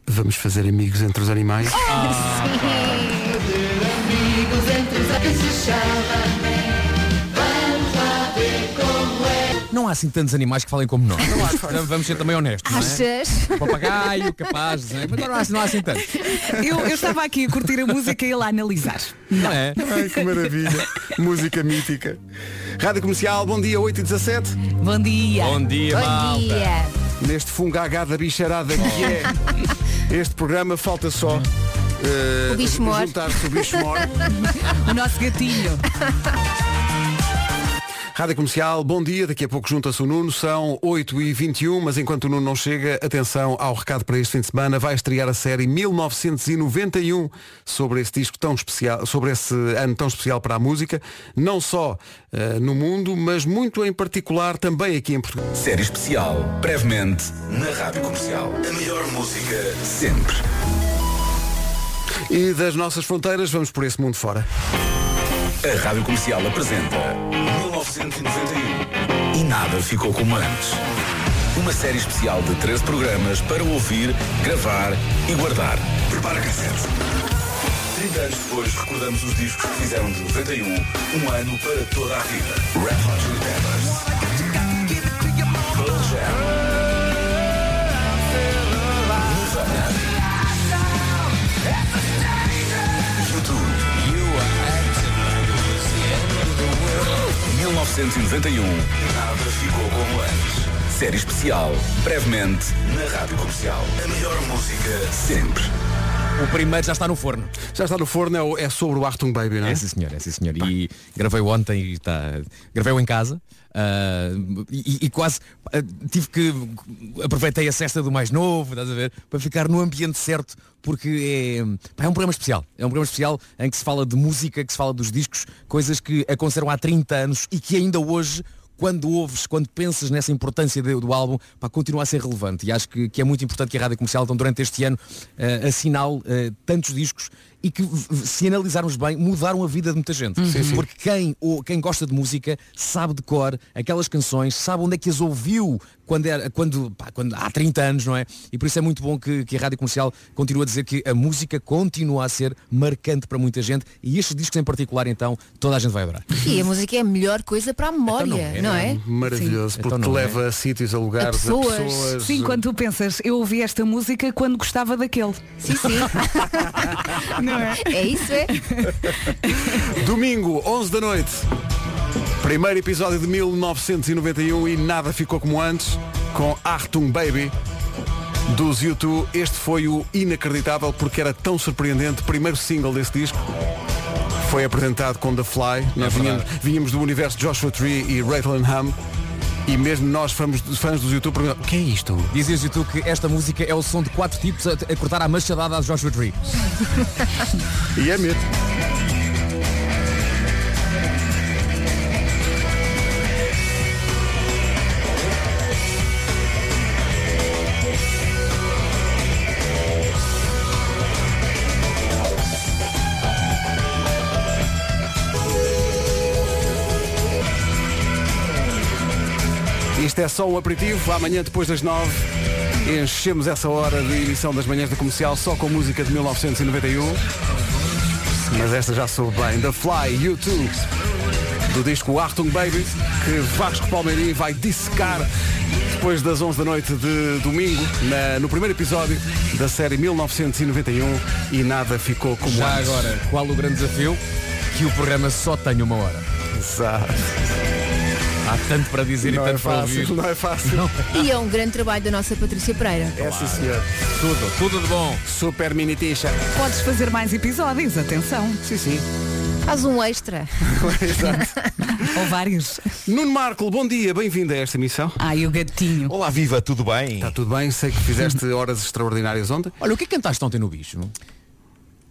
B: vamos fazer amigos entre os animais.
D: Oh!
F: É Não há assim tantos animais que falem como nós. Então Vamos ser também honestos. não é?
E: Achas?
F: Papagaio, capaz, não é? mas não há, não há assim tantos.
D: Eu, eu estava aqui a curtir a música e ele a analisar.
F: Não é?
B: Ai, que maravilha. Música mítica. Rádio Comercial, bom dia, 8 e 17.
D: Bom dia.
F: Bom dia,
E: Bom
F: malta.
E: dia.
B: Neste fungagá da bicharada que é este programa, falta só. eh,
E: O bicho mor.
B: Juntar-se o bicho mor.
D: O nosso gatinho.
B: Rádio Comercial, bom dia. Daqui a pouco junta-se o Nuno. São 8h21, mas enquanto o Nuno não chega, atenção ao recado para este fim de semana. Vai estrear a série 1991 sobre esse disco tão especial, sobre esse ano tão especial para a música, não só eh, no mundo, mas muito em particular também aqui em Portugal.
I: Série especial, brevemente, na Rádio Comercial. A melhor música sempre.
B: E das nossas fronteiras, vamos por esse mundo fora.
I: A Rádio Comercial apresenta 1991 e nada ficou como antes. Uma série especial de 13 programas para ouvir, gravar e guardar. Prepara a cassete. 30 anos depois recordamos os discos que fizeram de 91 um ano para toda a vida. Red Hot Chili Peppers. Pearl Jam. Nirvana. YouTube. 1991. Nada ficou como antes. Série especial, brevemente, na Rádio Comercial. A melhor música sempre.
F: O primeiro já está no forno.
B: Já está no forno, é, o- é sobre o Artung Baby, não é?
F: É sim senhor, é sim senhor. E gravei ontem e está. Gravei-o em casa. ah, e, e quase ah, tive que aproveitei a cesta do mais novo, estás a ver? Para ficar no ambiente certo, porque é, pá, é um programa especial. É um programa especial em que se fala de música, que se fala dos discos, coisas que aconteceram há 30 anos e que ainda hoje quando ouves, quando pensas nessa importância de- do álbum, pá, continua a ser relevante. E acho que, que é muito importante que a Rádio Comercial, então, durante este ano, eh, assinale eh, tantos discos e que, v- v- se analisarmos bem, mudaram a vida de muita gente. Porque quem, ou, quem gosta de música sabe de cor aquelas canções, sabe onde é que as ouviu quando, era, quando, pá, quando há 30 anos, não é? E por isso é muito bom que, que a Rádio Comercial continue a dizer que a música continua a ser marcante para muita gente e estes discos em particular, então, toda a gente vai adorar.
E: E a música é a melhor coisa para a memória, não
F: Então não é, não
E: é?
B: Maravilhoso,
F: Sim.
B: porque
F: Então
B: te
F: não é?
B: leva a sítios, a lugares, a pessoas.
E: pessoas.
D: Sim, quando tu pensas, eu ouvi esta música quando gostava daquele.
E: Sim, sim.
D: Não é?
E: É isso, é?
B: Domingo, 11 da noite. Primeiro episódio de 1991 e nada ficou como antes com Artung Baby dos U2. Este foi o inacreditável porque era tão surpreendente. Primeiro single desse disco. Foi apresentado com The Fly. Nós vinhamos, vinhamos do universo de Joshua Tree e Rattle Hum. E mesmo nós, fãs, fãs dos YouTube, perguntamos, o que é isto?
F: Dizias-lhe tu que esta música é o som de quatro tipos a, a cortar a machadada a Joshua Tree.
B: E é medo. Isto é só um aperitivo. Amanhã, depois das nove, enchemos essa hora de emissão das manhãs da comercial só com música de 1991. Mas esta já soube bem. The Fly, YouTube, do disco Artung Baby, que Vasco Palmeirim vai dissecar depois das 11 da noite de domingo, na- no primeiro episódio da série 1991 e nada ficou como
F: Já
B: antes.
F: agora, qual o grande desafio? Que o programa só tem uma hora.
B: Exato.
F: Há tanto para dizer
B: Não
F: e
B: é
F: tanto para
B: fácil,
F: ouvir.
B: não é fácil.
E: E é um grande trabalho da nossa Patrícia Pereira.
B: É sim, senhor.
F: Tudo, tudo de bom.
B: Super mini t-shirt.
D: Podes fazer mais episódios, atenção.
B: Sim, sim.
E: Faz um extra.
D: Ou vários.
B: Nuno Marco, bom dia, bem-vindo a esta emissão.
D: Ai, o gatinho.
K: Olá, viva, tudo bem?
B: Está tudo bem? Sei que fizeste horas extraordinárias ontem.
F: Olha, o que é que cantaste ontem no bicho?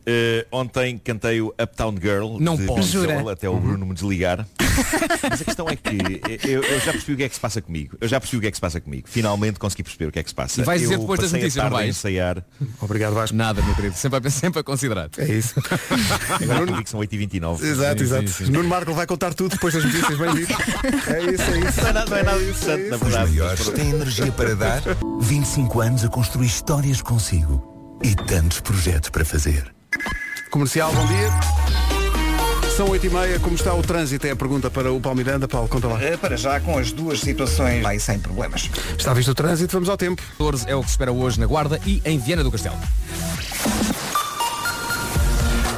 K: Eh, ontem cantei o Uptown Girl
F: Não Uhum.
K: de
F: posso.
K: Joel,
D: Jura?
K: até o Bruno me desligar. Mas a questão é que eu, eu já percebi o que é que se passa comigo. Eu já percebi o que é que se passa comigo. Finalmente consegui perceber o que é que se passa.
F: E vais
K: eu
F: dizer depois das
K: passei a
F: notícias, não
K: tarde a
F: vais?
K: ensaiar.
B: Obrigado, Vasco.
F: Nada, meu querido. Sempre a, sempre a considerar.
B: É isso.
K: Agora eu vi que são 8h29.
B: Exato,
F: Sim,
B: exato.
F: sim, sim.
B: Nuno Marco vai contar tudo depois das notícias, bem dito. É isso, é isso.
K: Não é nada, não é nada interessante, na verdade.
I: Tem energia para dar? 25 anos a construir histórias consigo e tantos projetos para fazer.
B: Comercial, bom dia. São 8h30, como está o trânsito? É a pergunta para o Paulo Miranda. Paulo, conta lá.
C: Eh, Para já, com as duas situações, vai sem problemas.
B: Está visto o trânsito, vamos ao tempo.
F: 14 é o que se espera hoje na Guarda e em Viana do Castelo.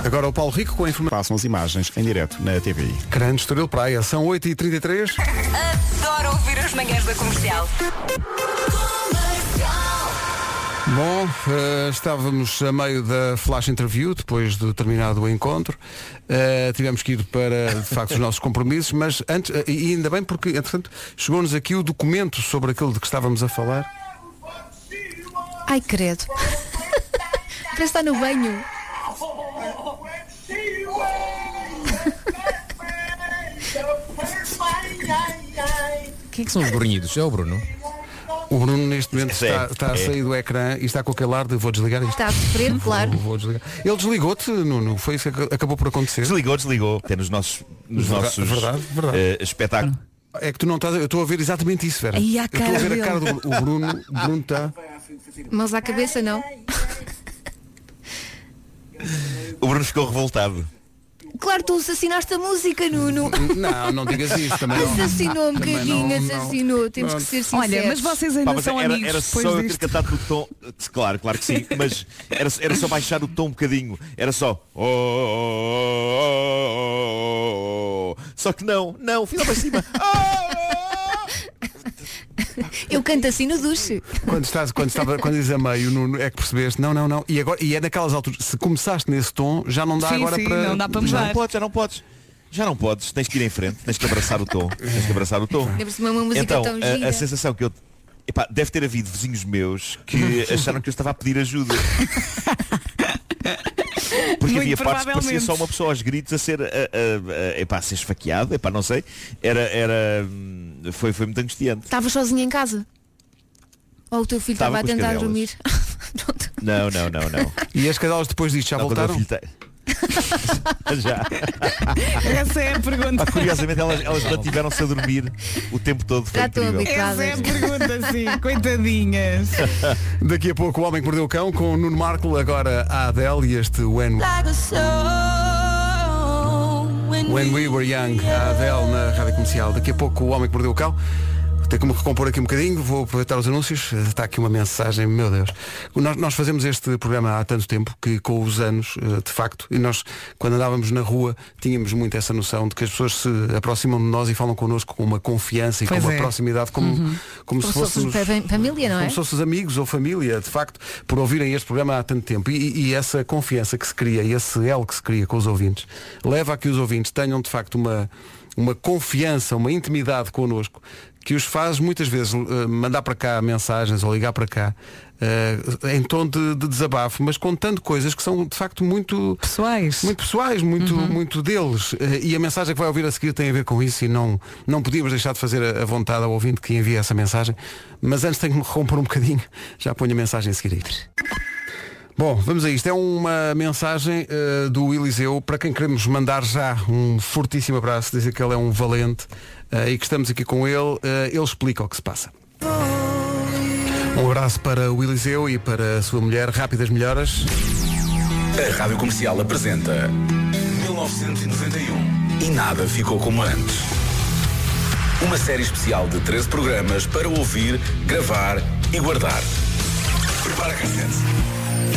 B: Agora o Paulo Rico com a informação.
A: Passam as imagens em direto na TVI.
B: Grande Estoril Praia, são 8h33.
G: Adoro ouvir as manhãs da comercial.
B: Bom, eh, estávamos a meio da flash interview, depois de terminado o encontro. Eh, tivemos que ir para, de facto, os nossos compromissos, mas antes, eh, e ainda bem porque, entretanto, chegou-nos aqui o documento sobre aquilo de que estávamos a falar.
E: Ai, credo. Parece que está no banho.
F: Quem é que são os gorrinhidos? É o Bruno?
B: O Bruno, neste momento,
K: É,
B: está, está a
K: é.
B: sair do ecrã e está com aquele ar de vou desligar isto.
E: Está a sofrer, claro.
B: Vou desligar. Ele desligou-te, Nuno, foi isso que ac- acabou por acontecer.
K: Desligou, desligou. Até nos nossos, nos
B: Verdade,
K: nossos
B: verdade, verdade.
K: eh, espetáculos.
B: É que tu não estás, eu estou a ver exatamente isso, Vera.
D: Aí
B: Eu
D: há
B: estou a
D: cara
B: ver a
D: dele.
B: cara do Bruno. O Bruno, o Bruno está.
E: Mãos à cabeça, não.
K: O Bruno ficou revoltado.
E: Claro, tu assassinaste a música, Nuno.
B: Não, não digas isso também. não.
E: Assassinou-me,
B: Também
E: carrinho,
B: não- não.
E: assassinou. um Temos que ser sinceros.
D: Olha, mas vocês
K: Pá,
D: ainda
K: mas
D: são
K: era,
D: amigos
K: era
D: depois
K: só eu ter
D: disto.
K: cantado o tom. Claro, claro que sim, mas era, era só baixar o tom um bocadinho. Era só. "Oh, oh, oh, oh, oh." Só que não, não, fui lá para cima. "Oh,
E: Eu canto assim no duche.
B: Quando, estás, quando, estava, quando dizes a meio, Nuno, é que percebeste, não, não, não. E, agora, e é naquelas alturas, se começaste nesse tom, já não dá
D: Sim,
B: agora
D: sim,
B: para.
D: não dá para
K: oh, oh." Já
D: mudar.
K: não podes, já não podes. Já não podes, tens que ir em frente, tens que abraçar o tom. Tens que abraçar o tom.
E: Ainda por cima é uma música
K: então,
E: tão
K: a- a,
E: gira.
K: sensação que eu. Epá, deve ter havido vizinhos meus que acharam que eu estava a pedir ajuda. Porque
D: Muito
K: havia partes que parecia
D: provavelmente.
K: só uma pessoa aos gritos a ser, a, a, a, epá, a ser esfaqueado, epá, não sei. Era, era, hum, foi, foi muito angustiante.
E: Estavas sozinha em casa? Ou o teu filho
K: Estava
E: estava a tentar
K: com as cadelas.
E: dormir? Pronto.
K: Não, não, não, não.
B: E as cadelas depois disto já
K: Não, quando o meu
B: voltaram?
K: filho tá- Já.
D: Essa é a pergunta.
K: Pá, curiosamente elas, elas mantiveram-se a dormir o tempo todo. Foi
E: Já estou
K: incrível.
D: Essa é a
E: habituada.
D: pergunta, sim. Coitadinhas.
B: Daqui a pouco o Homem que Mordeu o Cão com o Nuno Marco, agora a Adele e este When, When We Were Young, a Adele na Rádio Comercial. Daqui a pouco o Homem que Mordeu o Cão. Tenho que me recompor aqui um bocadinho, vou aproveitar os anúncios. Está aqui uma mensagem, meu Deus. Nós, nós fazemos este programa há tanto tempo que com os anos, eh, de facto, e nós quando andávamos na rua tínhamos muito essa noção de que as pessoas se aproximam de nós e falam connosco com uma confiança e
D: Pois
B: com uma
D: é.
B: proximidade como,
E: Como
B: como, se um
E: se fosse
B: fôssemos
E: fa- família, não é?
B: como se fossem amigos ou família, de facto, por ouvirem este programa há tanto tempo. E, e essa confiança que se cria, e esse elo que se cria com os ouvintes, leva a que os ouvintes tenham, de facto, uma, uma confiança, uma intimidade connosco, que os faz muitas vezes eh, mandar para cá mensagens ou ligar para cá. eh, em tom de, de desabafo, mas contando coisas que são de facto muito
D: Pessoais.
B: muito pessoais, muito, muito deles. Eh, E a mensagem que vai ouvir a seguir tem a ver com isso e não, não podíamos deixar de fazer a a vontade ao ouvinte que envia essa mensagem. Mas antes tenho que me romper um bocadinho, já ponho a mensagem a seguir aí. Bom, vamos a isto. É uma mensagem eh, do Eliseu para quem queremos mandar já um fortíssimo abraço, dizer que ele é um valente eh, e que estamos aqui com ele. Eh, ele explica o que se passa. Um abraço para o Eliseu e para a sua mulher. Rápidas melhoras.
I: A Rádio Comercial apresenta 1991 e nada ficou como antes. Uma série especial de 13 programas para ouvir, gravar e guardar. Prepara a cassete.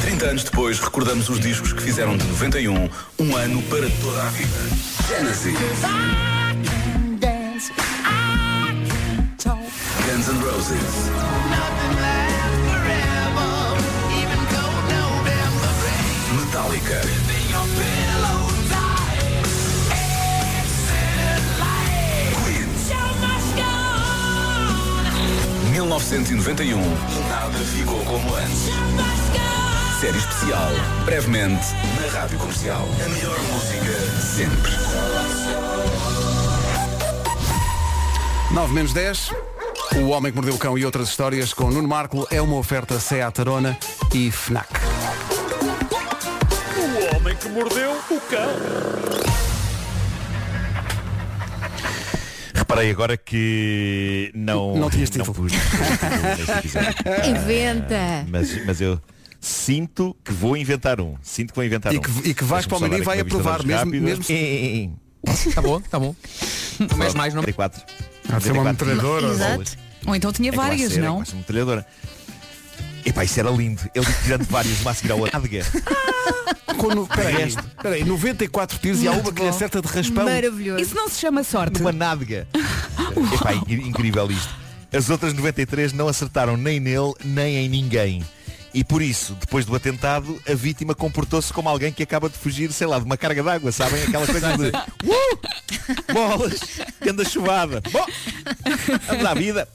I: 30 anos depois, recordamos os discos que fizeram de 91 um ano para toda a vida. Genesis. Guns N' Roses. Metallica. 1991 e um. nada ficou como antes. Série especial, brevemente, na Rádio Comercial. A melhor música sempre.
B: 9 menos 10. O Homem que Mordeu o Cão e outras histórias com Nuno Marco é uma oferta Seat Arona e FNAC.
L: O homem que mordeu o cão.
K: Reparei agora que não.
B: Não tinhas
K: não pus.
E: Inventa.
K: mas, mas eu sinto que vou inventar um. Sinto que vou inventar
B: E
K: um.
B: que- e que vais
K: Deixa-me
B: para o
K: só dar
B: menu e
K: aqui
B: vai
K: uma vista
B: aprovar
K: de
B: mesmo-
K: olhos rápido.
B: mesmo-
K: Ei,
F: Tá bom, tá bom.
K: ei, ei. 34.
B: Ah, foi uma metralhadora.
D: Exato. Ou então tinha
K: É que lá
D: várias,
K: ser, é que
D: não?
K: lá ser uma metralhadora. Epá, isso era lindo. Ele tirando várias, uma a seguir à outra. Adega.
B: Quando, peraí,
K: Resto.
B: peraí, 94 tiros e há
D: Muito
B: uma que lhe
D: bom.
B: acerta de raspão.
D: Isso não se chama sorte.
K: Uma nádega. Epá, in- incrível isto. As outras 93 não acertaram nem nele, nem em ninguém. E por isso, depois do atentado, a vítima comportou-se como alguém que acaba de fugir, sei lá, de uma carga d'água, sabem? Aquela coisa de uh, bolas, anda chuvada. Bom, vamos à vida.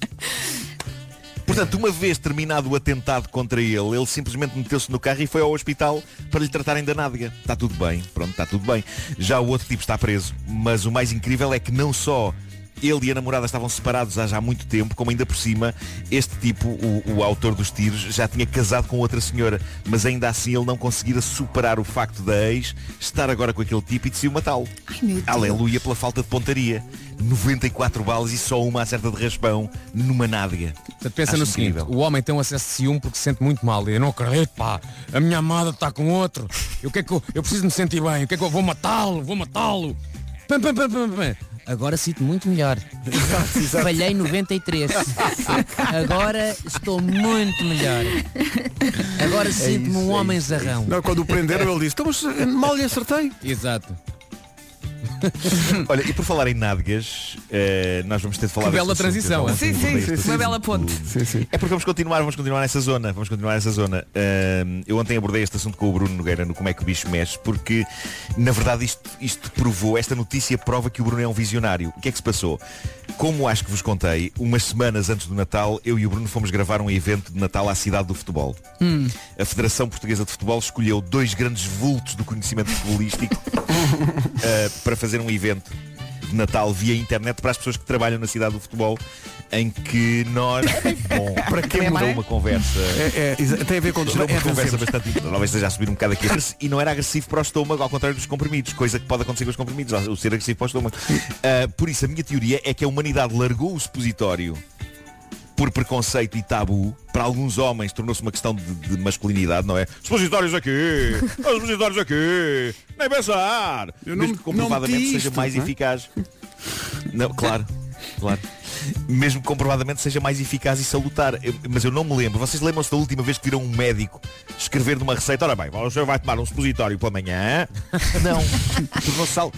K: Portanto, uma vez terminado o atentado contra ele, ele simplesmente meteu-se no carro e foi ao hospital para lhe tratarem da nádega. Está tudo bem, pronto, está tudo bem. Já o outro tipo está preso. Mas o mais incrível é que não só ele e a namorada estavam separados há já muito tempo, como ainda por cima, este tipo, o, o autor dos tiros, já tinha casado com outra senhora. Mas ainda assim ele não conseguira superar o facto da ex estar agora com aquele tipo e decidiu matá-lo. Aleluia pela falta de pontaria. 94 balas e só uma acerta de raspão numa nádega.
F: Portanto, pensa
K: Acho
F: no seguinte,
K: incrível.
F: o homem tem um acesso de ciúme porque se sente muito mal. Eu não acredito, pá, a minha amada está com outro. Eu, que é que eu, eu preciso me sentir bem, o que é que eu vou matá-lo, vou matá-lo. Pam, pam, pam, pam, pam. Agora sinto muito melhor. Falhei 93. Agora estou muito melhor.
B: É
F: Agora sinto-me um homem zarrão.
B: Não, quando o prenderam ele disse, "Então, mas eh, mal lhe acertei.
F: Exato.
K: Olha, e por falar em nádegas, eh, nós vamos ter de falar
F: Hum. Que
K: deste
F: bela
K: assunto,
F: transição,
K: então,
F: hein? Sim,
K: assim,
F: sim,
K: deste
F: sim,
K: assunto.
F: uma bela ponte.
K: É porque vamos continuar, vamos continuar nessa zona, vamos continuar nessa zona. Ahm, eu ontem abordei este assunto com o Bruno Nogueira no Como é que o bicho mexe, porque na verdade isto, isto provou, esta notícia prova que o Bruno é um visionário. O que é que se passou? Como acho que vos contei, umas semanas antes do Natal, eu e o Bruno fomos gravar um evento de Natal à cidade do futebol. A Federação Portuguesa de Futebol escolheu dois grandes vultos do conhecimento futebolístico eh, para fazer um evento de Natal via internet para as pessoas que trabalham na cidade do futebol em que nós bom para
B: quem
K: mudou
B: mudou?
K: uma conversa
B: É, é, exa- tem a ver com-
K: gerou
B: é,
K: uma conversa
B: vencemos.
K: bastante talvez esteja a subir um bocado aqui e não era agressivo para o estômago ao contrário dos comprimidos coisa que pode acontecer com os comprimidos o ser agressivo para o estômago Ah, por isso a minha teoria é que a humanidade largou o supositório por preconceito e tabu, para alguns homens tornou-se uma questão de, de masculinidade, não é? Supositórios aqui! Supositórios aqui! Nem pensar!
B: Eu não
K: Mesmo
B: meti
K: que comprovadamente
B: isto,
K: seja mais
B: não é?
K: eficaz. Não, claro, claro. Mesmo que comprovadamente seja mais eficaz e salutar. Eu- mas eu não me lembro. Vocês lembram-se da última vez que viram um médico escrever numa receita? Ora bem, o senhor vai tomar um supositório para amanhã. Não. Tornou-se sal-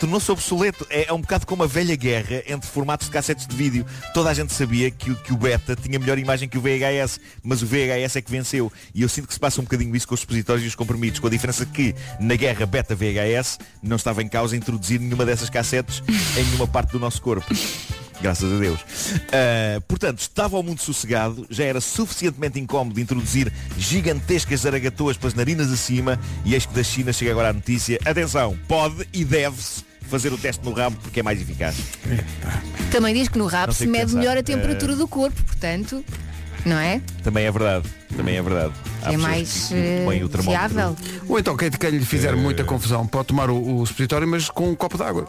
K: Tornou-se obsoleto. É, é um bocado como a velha guerra entre formatos de cassetes de vídeo. Toda a gente sabia que, o- que o beta tinha melhor imagem que o VHS, mas o VHS é que venceu. E eu sinto que se passa um bocadinho isso com os supositórios e os comprimidos, com a diferença que na guerra beta-VHS não estava em causa introduzir nenhuma dessas cassetes em nenhuma parte do nosso corpo. Graças a Deus. Ah, portanto, estava o mundo sossegado, já era suficientemente incómodo introduzir gigantescas zaragatoas pelas narinas acima e eis que da China chega agora a notícia. Atenção, pode e deve-se fazer o teste no rabo porque é mais eficaz.
E: Também diz que no rap
K: Não
E: se
K: sei o que
E: mede
K: pensar.
E: melhor a temperatura
K: Eh,
E: do corpo, portanto, não é?
K: Também é verdade. Também é verdade. Há
E: é
K: pessoas
E: mais
K: que põem o
E: eh,
K: termómetro.
E: fiável.
B: Ou então quem, quem lhe fizer muita confusão pode tomar o, o supositório, mas com um copo de água.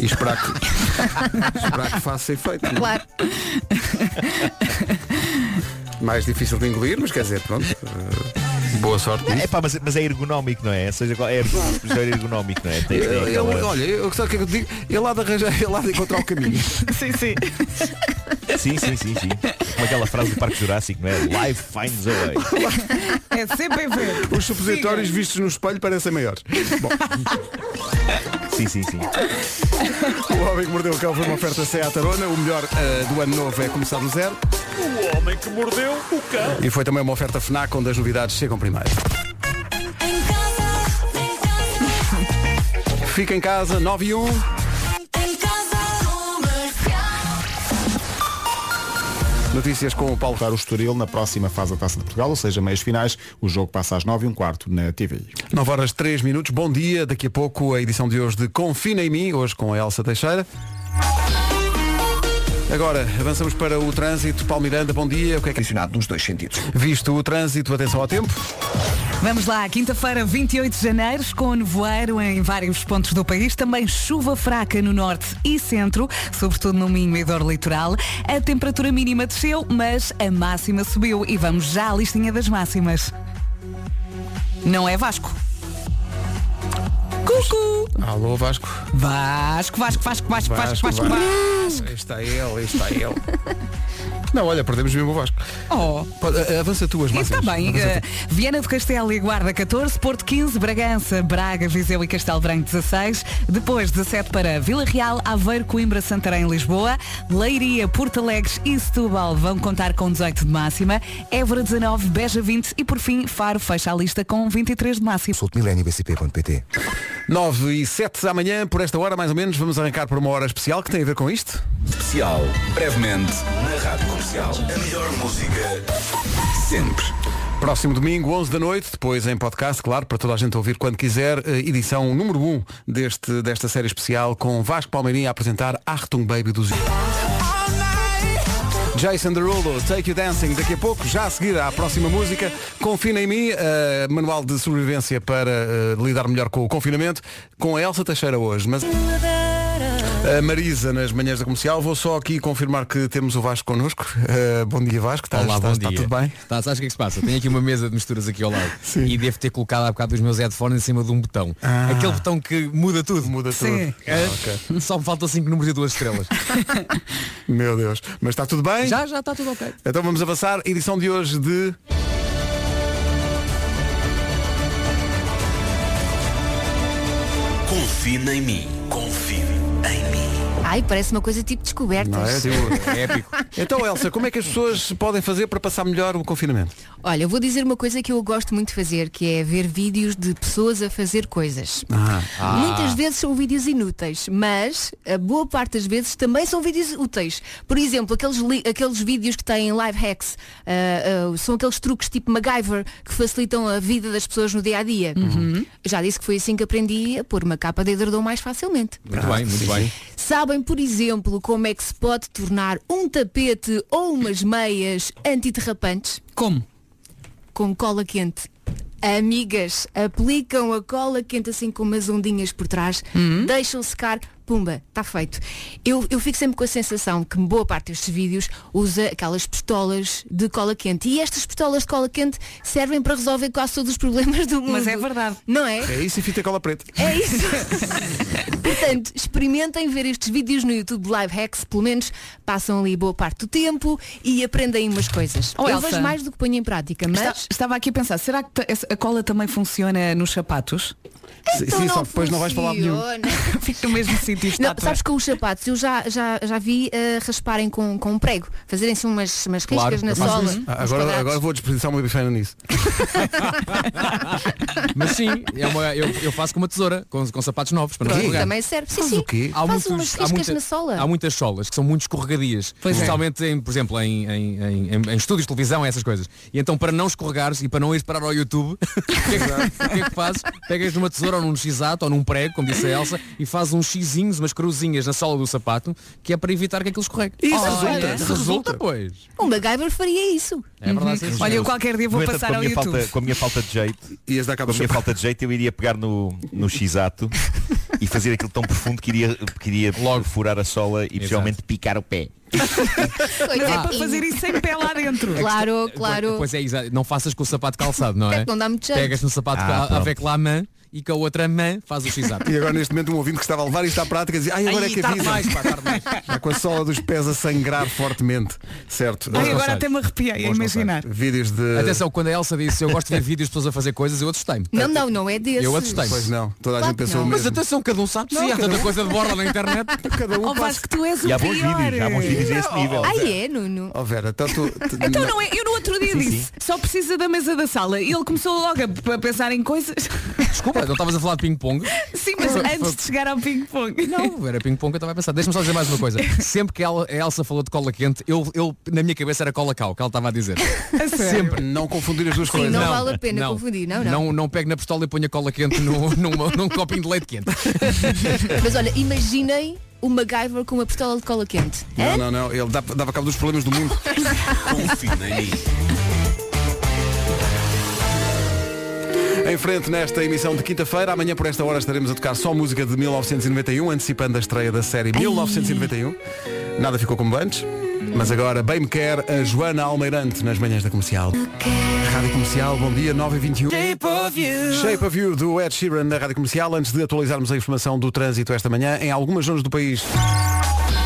B: E esperar que, esperar que faça efeito. não é?
E: Claro.
B: Mais difícil de engolir, mas quer dizer, pronto. eh, boa sorte.
K: É pá, mas, mas é ergonómico, não é? Ou seja, qual- é ergonómico, é ergonómico, não é? Tem- tem
B: Eh, Ele-
K: aquela-
B: olha, eu, sabe o que é que eu digo? Ele há de arranjar, ele há de encontrar o caminho.
D: sim, sim.
K: Sim, sim, sim, sim. Como aquela frase do Parque Jurássico, não é? Life finds a way.
D: É CPV.
B: Os supositórios vistos no espelho parecem maiores. Bom,
K: Sim, sim, sim.
B: o Homem que Mordeu o Cão foi uma oferta Seat Tarona. O melhor eh, do ano novo é começar do zero.
L: O homem que mordeu o cão.
B: E foi também uma oferta FNAC onde as novidades chegam primeiro. Fica em casa, 9 e 1. Notícias com o Paulo
A: Claro, o Estoril na próxima fase da Taça de Portugal, ou seja, meias finais. O jogo passa às 9 e um quarto na TVI.
B: 9 horas 3 minutos, bom dia. Daqui a pouco a edição de hoje de Confina em mim, hoje com a Elsa Teixeira. Agora, avançamos para o trânsito. Paulo Miranda, bom dia. O que é que...
C: nos dois sentidos.
B: Visto o trânsito, atenção ao tempo.
D: Vamos lá, quinta-feira, 28 de janeiro, com nevoeiro em vários pontos do país, também chuva fraca no norte e centro, sobretudo no Minho e Dor Litoral. A temperatura mínima desceu, mas a máxima subiu e vamos já à listinha das máximas. Não é Vasco. Cucu!
B: Alô, Vasco.
D: Vasco, Vasco, Vasco, Vasco, Vasco, Vasco, Vasco.
B: Vasco. Aí está ele, aí está ele. Não, olha, perdemos mesmo o Vasco.
D: Oh.
B: Pode- a- Avança tu as
D: E
B: máximas.
D: está bem.
B: Avança
D: eh, Viana do Castelo e Guarda 14, Porto 15, Bragança, Braga, Viseu e Castelo Branco 16, depois 17 para Vila Real, Aveiro, Coimbra, Santarém, Lisboa, Leiria, Porto Alegre e Setúbal vão contar com 18 de máxima, Évora 19, Beja 20 e por fim Faro fecha a lista com 23 de máxima.
M: mileniobcp.pt
B: 9 e 7 da manhã, por esta hora mais ou menos, vamos arrancar por uma hora especial que tem a ver com isto.
I: Especial, brevemente, na Rádio Comercial. A melhor música sempre.
B: Próximo domingo, 11 da noite, depois em podcast, claro, para toda a gente ouvir quando quiser, eh, edição número 1 deste, desta série especial com Vasco Palmeirinho a apresentar Artung Baby do Zio. Jason Derulo, Take You Dancing, daqui a pouco, já a seguir à próxima música, Confina em mim, eh, manual de sobrevivência para eh, lidar melhor com o confinamento, com a Elsa Teixeira hoje. Mas... A Marisa nas manhãs da comercial, vou só aqui confirmar que temos o Vasco connosco. Eh, bom dia Vasco, estás,
F: Olá,
B: estás-
F: bom
B: está
F: dia.
B: tudo bem?
F: Tá, sabes o que é que se passa? Tenho aqui uma mesa de misturas aqui ao lado. E devo ter colocado há bocado os meus headphones em cima de um botão.
B: Ah.
F: Aquele botão que muda tudo. Muda
B: Sim.
F: Só me faltam 5 números e duas estrelas.
B: Meu Deus. Mas está tudo bem?
F: Já, já está tudo ok.
B: Então vamos avançar. Edição de hoje de.
I: Confina em mim. Confie.
E: Ai, parece uma coisa tipo descobertas.
B: Não é?
E: um,
B: Tipo, Então, Elsa, como é que as pessoas podem fazer para passar melhor o confinamento?
E: Olha, eu vou dizer uma coisa que eu gosto muito de fazer, que é ver vídeos de pessoas a fazer coisas. Muitas vezes são vídeos inúteis, mas a boa parte das vezes também são vídeos úteis. Por exemplo, aqueles, li- aqueles vídeos que têm live hacks, ah, ah, são aqueles truques tipo MacGyver que facilitam a vida das pessoas no dia a dia.
G: Uhum.
E: Já disse que foi assim que aprendi a pôr uma capa de edredom mais facilmente.
F: Muito bem, muito bem.
E: Sabem, por exemplo, como é que se pode tornar um tapete ou umas meias antiderrapantes?
D: Como?
E: Com cola quente. Amigas, aplicam a cola quente assim com umas ondinhas por trás, deixam secar, pumba, está feito. Eu, eu fico sempre com a sensação que boa parte destes vídeos usa aquelas pistolas de cola quente. E estas pistolas de cola quente servem para resolver quase todos os problemas do mundo.
D: Mas é verdade.
E: Não é?
B: É isso e fita cola preta.
E: É isso. Portanto, experimentem ver estes vídeos no YouTube de Live Hacks, pelo menos passam ali boa parte do tempo e aprendem umas coisas.
D: Oh,
E: Eu
D: Elsa.
E: vejo mais do que ponho em prática, mas
D: Está- estava aqui a pensar, será que ta- essa- a cola também funciona nos sapatos?
E: Então Sim, só não que depois não vais falar de nenhum. funciona.
D: Fica no mesmo sítio.
E: Não,
D: estátua.
E: sabes que com os sapatos eu já, já, já vi eh, rasparem com, com um prego, fazerem-se umas, umas riscas na
B: Mas-
E: sola. uns
B: agora,
E: quadrados.
B: agora vou desperdiçar uma bifana nisso.
F: Mas sim, é uma- eu, eu faço com uma tesoura, com, com sapatos novos para não
E: Quê?
F: escorregar.
E: Também serve. Sim, sim.
F: Há
E: Faz umas
F: há
E: riscas na sola.
F: Há muitas solas que são muito escorregadias.
E: Pois é.
F: Especialmente, em, por exemplo, em, em, em, em- em estúdios de televisão, essas coisas. E então, para não escorregares e para não ires parar ao YouTube, o que, é que, o que é que fazes? Pegas numa tesoura ou num x ou num prego, como disse a Elsa, e fazes uns xizinhos, umas cruzinhas na sola do sapato, que é para evitar que aquilo escorregue.
E: Isso
F: resulta.
E: resulta.
F: Resulta, pois.
E: Um MacGyver faria isso.
F: É verdade, sim, senhor. Olha, eu qualquer dia vou
K: No entanto,
F: passar
K: com a
F: ao
K: minha
F: YouTube.
K: Falta, com a minha falta de jeito,
B: com
K: a minha falta de jeito, eu iria pegar no, no x-ato e fazer aquilo tão profundo que iria, que iria logo furar a sola e possivelmente picar o pé.
D: Não,
F: Ah.
D: é para fazer isso sem pé lá dentro.
F: É
E: Claro, claro.
F: Pois é, exato. não faças com o sapato calçado, não é?
E: Não dá muito jeito.
F: Pegas no sapato
B: Ah,
F: com a- a
B: pronto.
F: vecla à mão e com a outra mão faz o x
B: E agora neste momento um ouvinte que estava a levar isto à prática dizia, ai agora
F: Ai,
B: é que
F: tarde
B: avisa.
F: mais, pá,
B: Já com a sola dos pés a sangrar fortemente. Certo.
D: Ai, agora até me arrepiei a
B: Bons
D: imaginar.
B: conselhos. Vídeos de.
F: Atenção, quando a Elsa disse eu gosto de ver vídeos de pessoas a fazer coisas, eu assustei-me.
E: Não, não, não é desse.
F: Eu assustei-me.
B: Pois não, toda a
E: Claro gente que pensou não. o
F: Mas
E: mesmo.
F: atenção, cada um sabe de si,
E: Não,
F: há
E: cada
F: tanta
E: um.
F: coisa de borla na internet.
B: cada um
D: Oh, Vasco, tu és o
F: E há
D: pior.
F: bons vídeos, há bons vídeos
K: a esse nível.
E: Ai, é, Nuno.
B: Oh Vera, então tu. tu-
D: Então não é, eu no outro dia
B: Sim,
D: disse, só precisa da mesa da sala. E ele começou logo a, a pensar em coisas.
F: um- Desculpa, não estavas a falar de ping-pong?
D: Sim, mas antes de chegar ao ping-pong.
F: Não, era ping-pong que eu estava a pensar. Deixa-me só dizer mais uma coisa. Sempre que ela- a Elsa falou de cola quente, eu, eu- na minha cabeça era cola cal, que ela estava a dizer. Sempre.
B: Não confundir as duas
E: Sim, não vale a pena confundir, não, não.
F: Não, pegue na pistola e ponha cola quente no, numa- num copinho de leite quente.
E: Mas olha, imaginem o MacGyver com uma pistola de cola quente.
B: Não, não, não. Ele dava, dava cabo dos problemas do mundo. Em frente nesta emissão de quinta-feira, amanhã por esta hora estaremos a tocar só música de 1991, antecipando a estreia da série 1991. Nada ficou como antes, mas agora bem me quer a Joana Almeirante nas manhãs da comercial. Rádio Comercial, bom dia, 9h21. Shape of You. do Ed Sheeran na Rádio Comercial, antes de atualizarmos a informação do trânsito esta manhã, em algumas zonas do país.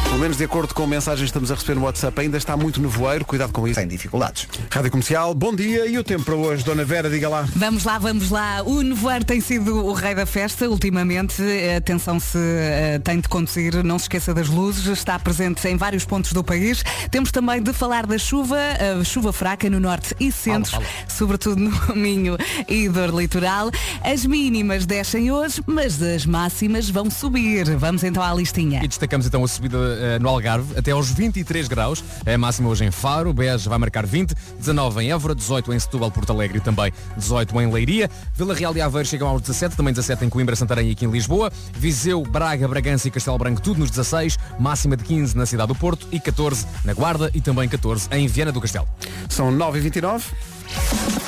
B: Pelo menos de acordo com mensagens que estamos a receber no WhatsApp, ainda está muito nevoeiro, cuidado com isso. Sem
C: dificuldades.
B: Rádio Comercial, bom dia e o tempo para hoje, Dona Vera, diga lá.
D: Vamos lá, vamos lá. O nevoeiro tem sido o rei da festa ultimamente. Atenção se eh, tem de conduzir, não se esqueça das luzes. Está presente em vários pontos do país. Temos também de falar da chuva, eh, chuva fraca no norte e centro, sobretudo no Minho e dor litoral. As mínimas descem hoje, mas as máximas vão subir. Vamos então à listinha.
F: E destacamos então a subida eh, no Algarve até aos 23 graus. É a máxima hoje em Faro, Beja vai marcar 20, 19 em Évora, 18 em Setúbal, Porto Alegre e também 18 em Leiria. Vila Real e Aveiro chegam aos 17, também 17 em Coimbra, Santarém e aqui em Lisboa. Viseu, Braga, Bragança e Castelo Branco, tudo nos 16. Máxima de 15 na cidade do Porto e 14 na Guarda e também 14 em Viana do Castelo.
B: São 9h29.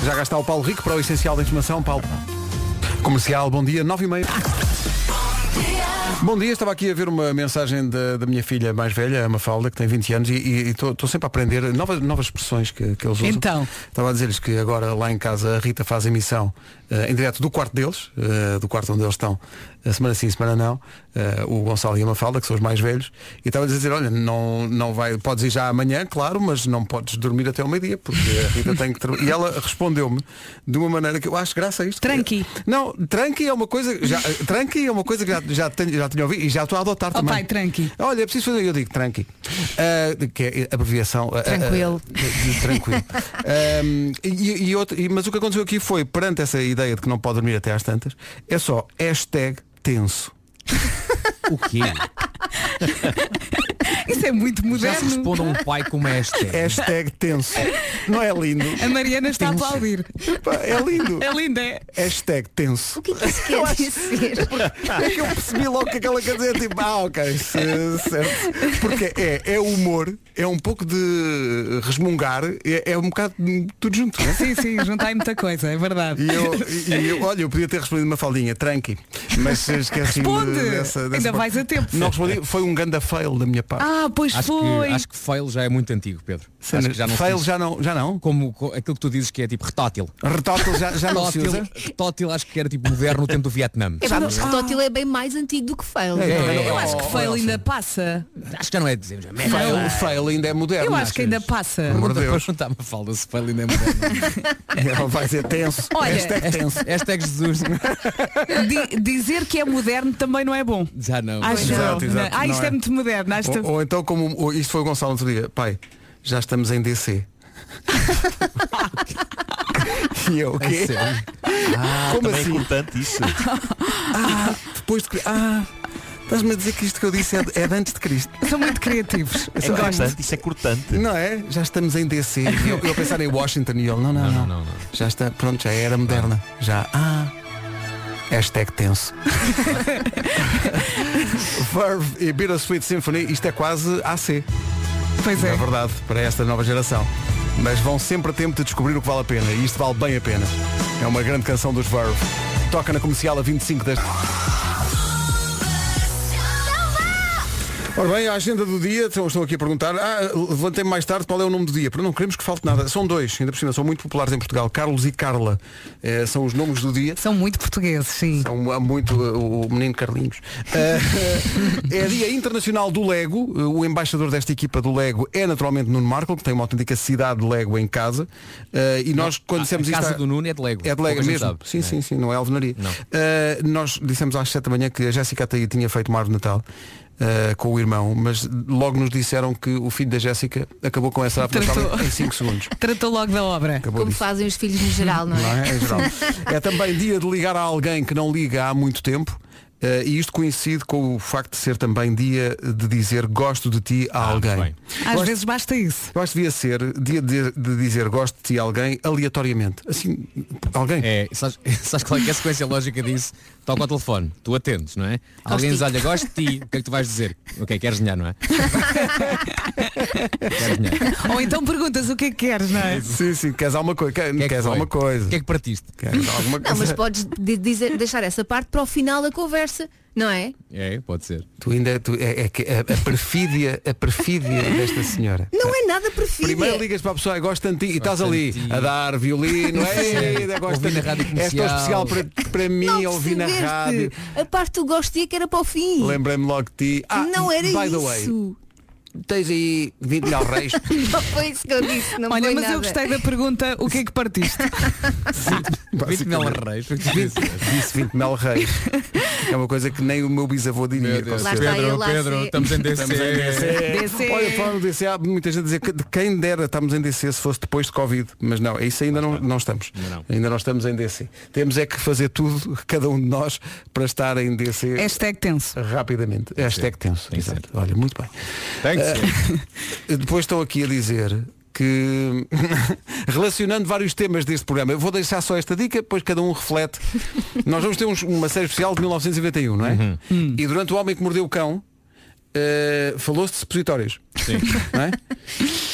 B: Já gasta o Paulo Rico para o essencial da informação. Paulo. Comercial, bom dia, 9h30. Bom dia, estava aqui a ver uma mensagem da, da minha filha mais velha, a Mafalda, que tem 20 anos, e estou sempre a aprender novas, novas expressões que, que eles usam.
D: Então.
B: Estava a dizer-lhes que agora lá em casa a Rita faz emissão eh, em direto do quarto deles, eh, do quarto onde eles estão, a semana sim, semana não, eh, o Gonçalo e a Mafalda, que são os mais velhos, e estava a dizer, olha, não, não vai, podes ir já amanhã, claro, mas não podes dormir até ao meio-dia, porque a Rita tem que trabalhar. E ela respondeu-me de uma maneira que eu acho graça a isto. Tranqui. Não, tranqui é uma coisa, já, eh, tranqui é uma coisa que já, já, tenho, já tinha ouvido e já estou a adotar também.
D: Oh, pai, tranqui.
B: Olha, é preciso fazer, eu digo tranqui. Eh, que é abreviação. eh, eh,
E: Tranquilo.
B: de- de- tranquilo. Ahm, e- e outro- e- mas o que aconteceu aqui foi, perante essa ideia de que não pode dormir até às tantas, é só hashtag tenso.
F: O quê?
D: Isso é muito
F: Já se
D: moderno.
F: responde a um pai com uma hashtag.
B: Hashtag tenso. Não é lindo.
D: A Mariana está a
B: Tenso.
D: aplaudir.
B: Epá, é lindo.
D: É lindo, é?
B: Hashtag tenso.
E: O que é que isso quer dizer?
B: É que eu percebi logo que aquela coisa é tipo, ah, ok, se- certo. Porque é, é humor, é um pouco de resmungar, é, é um bocado de tudo junto, não é?
D: Sim, sim, juntai muita coisa, é verdade.
B: E eu, e eu- olha, eu podia ter respondido uma faldinha, tranqui, mas eh, esqueci-me
D: Responde!
B: dessa, dessa
D: Ainda
B: parte.
D: vais a tempo.
B: Não respondi, foi um ganda fail da minha parte.
D: Ah, pois
F: acho
D: foi.
F: Que, acho que fail já é muito antigo, Pedro.
D: Ah.
B: Sim,
F: Acho
B: mas
F: que já não se
B: fail
F: diz.
B: já não- já não?
F: Como co- aquilo que tu dizes que é tipo retótil.
B: Retótil já- já não se
F: Retótil-
B: usa?
F: Retótil acho que era tipo moderno no tempo do Vietnã.
E: É, pá, mas Retótil é bem mais antigo do que Fail.
F: É, é,
D: Eu acho que fail ainda passa.
F: Acho que já não é dizer. já é merda.
B: Fail, fail ainda é moderno.
D: Eu acho que ainda passa.
F: Pergunta- Pergunta-me a falda se fail ainda é moderno.
B: Ela É, vai ser tenso.
D: Olha,
B: hashtag tenso.
F: Hashtag Jesus.
D: Di- dizer que é moderno também não é bom.
F: Já não.
D: Acho
B: Exato,
D: eu.
B: exato,
D: ah, isto
B: não
D: é.
B: é.
D: muito moderno. Acho
B: Ou, ou então como ou, isto foi o Gonçalo outro dia, pai, já estamos em DC. e eu o
F: É
B: quê?
F: Ah,
B: como
K: também é
B: assim?
K: importante isso.
B: Ah, depois de Cri- Ah, estás-me a dizer que isto que eu disse é de, é de antes de Cristo.
D: São muito criativos.
K: É
B: Eu gosto.
K: cortante, isso é cortante.
B: Não é? Já estamos em DC. E Eu, eu a pensar em Washington e ele, não, não, não, Já está, pronto, já é era moderna. Já, ah. Hashtag tenso. Verve e Bittersweet Symphony, isto é quase AC.
D: Pois
B: é. É verdade, para esta nova geração. Mas vão sempre a tempo de descobrir o que vale a pena. E isto vale bem a pena. É uma grande canção dos Verve. Toca na comercial a 25 deste. Ora bem, a agenda do dia, estão estão aqui a perguntar, ah, levantei-me mais tarde, qual é o nome do dia? Porque não queremos que falte nada. São dois, ainda por cima, são muito populares em Portugal, Carlos e Carla. Eh, são os nomes do dia.
D: São muito portugueses, sim.
B: São ah, muito ah, o o menino Carlinhos. Ah, é dia internacional do Lego. Eh, O embaixador desta equipa do Lego é naturalmente Nuno Marco, que tem uma autêntica cidade de Lego em casa. Ah, e nós, quando
F: a
B: dissemos
F: casa
B: isto. à-
F: do Nuno é de Lego.
B: É de Lego
F: Pouca gente
B: mesmo.
F: sabe. né?
B: Sim, sim, Eh, sim, não é alvenaria. Uh, nós dissemos às 7 da manhã que a Jéssica Ataí tinha feito uma árvore de Natal. eh, com o irmão, mas logo nos disseram que o filho da Jéssica acabou com essa
D: Tratou.
B: apresentação em 5 segundos.
D: Tratou logo da obra.
B: Acabou
E: Como
B: disso.
E: fazem os filhos no geral, não é?
B: Não é? Em geral. É também dia de ligar a alguém que não liga há muito tempo. eh, e isto coincide com o facto de ser também dia de dizer gosto de ti a
F: Ah,
B: alguém.
D: Às vezes basta isso.
B: Eu acho que devia ser dia de, de dizer gosto de ti a alguém aleatoriamente. Assim, alguém.
F: É, sabes, sabes qual é, que é a sequência lógica disso? Tal com o telefone, tu atendes, não é? Alguém
E: de
F: diz,
E: ti.
F: olha, gosto de ti, o que é que tu vais dizer? Ok, queres dinheiro, não é? queres dinheiro.
D: Ou então perguntas o que é que queres, não é?
B: Sim, sim, queres alguma coisa. Que,
F: que é que
B: queres
F: foi?
B: alguma coisa.
F: O que é que partiste?
B: Queres alguma
E: Não,
B: coisa.
E: mas podes de- dizer- deixar essa parte para o final da conversa, não é?
F: É, pode ser.
B: Tu ainda tu, é, é que a, a perfídia, a perfídia desta senhora.
E: Não é nada perfível.
B: Primeiro ligas para a pessoa, gosto tanto de ti", e estás ali
F: de ti.
B: a dar violino, é, ei, ainda gosto
F: Ouvi na
B: tanto-
F: rádio
B: É tão
F: comercial."
B: especial para, para mim,
E: Não
B: ouvi na
E: percebeste.
B: rádio.
E: A parte do gosto de ti é que era para o fim.
B: Lembrei-me logo de ti. Ah,
E: não era
B: by the
E: isso.
B: way, tens aí 20 mil reis.
E: Não foi isso que eu disse. Não
D: Olha,
E: foi
D: mas
E: nada.
D: eu gostei da pergunta, o que é que partiste?
F: 20 mil reis. foi o que tu disseste.
B: Disse 20 mil reis. É uma coisa que nem o meu bisavô diria.
F: Meu
B: com
F: Deus.
E: Lá
B: certeza.
E: está
F: Pedro,
E: ele, lá
F: Pedro,
E: sei.
F: estamos em DC.
D: DC.
B: É. Olha, falando de DC, há muita gente a dizer que de quem dera estamos em DC se fosse depois de Covid. Mas não, é isso ainda não, não estamos.
F: Ainda não.
B: Ainda não estamos em DC. Temos é que fazer tudo, cada um de nós, para estar em DC
D: Hashtag tenso.
B: rapidamente. Hashtag tenso.
F: Tem que
B: Exato. Olha, muito bem. Eh,
F: Tem que ser.
B: Depois estão aqui a dizer que relacionando vários temas deste programa, eu vou deixar só esta dica, depois cada um reflete. Nós vamos ter uns- uma série especial de 1991, não é?
F: Uhum.
B: E durante o Homem que Mordeu o Cão, eh, falou-se de supositórios.
F: Sim.
B: Não é?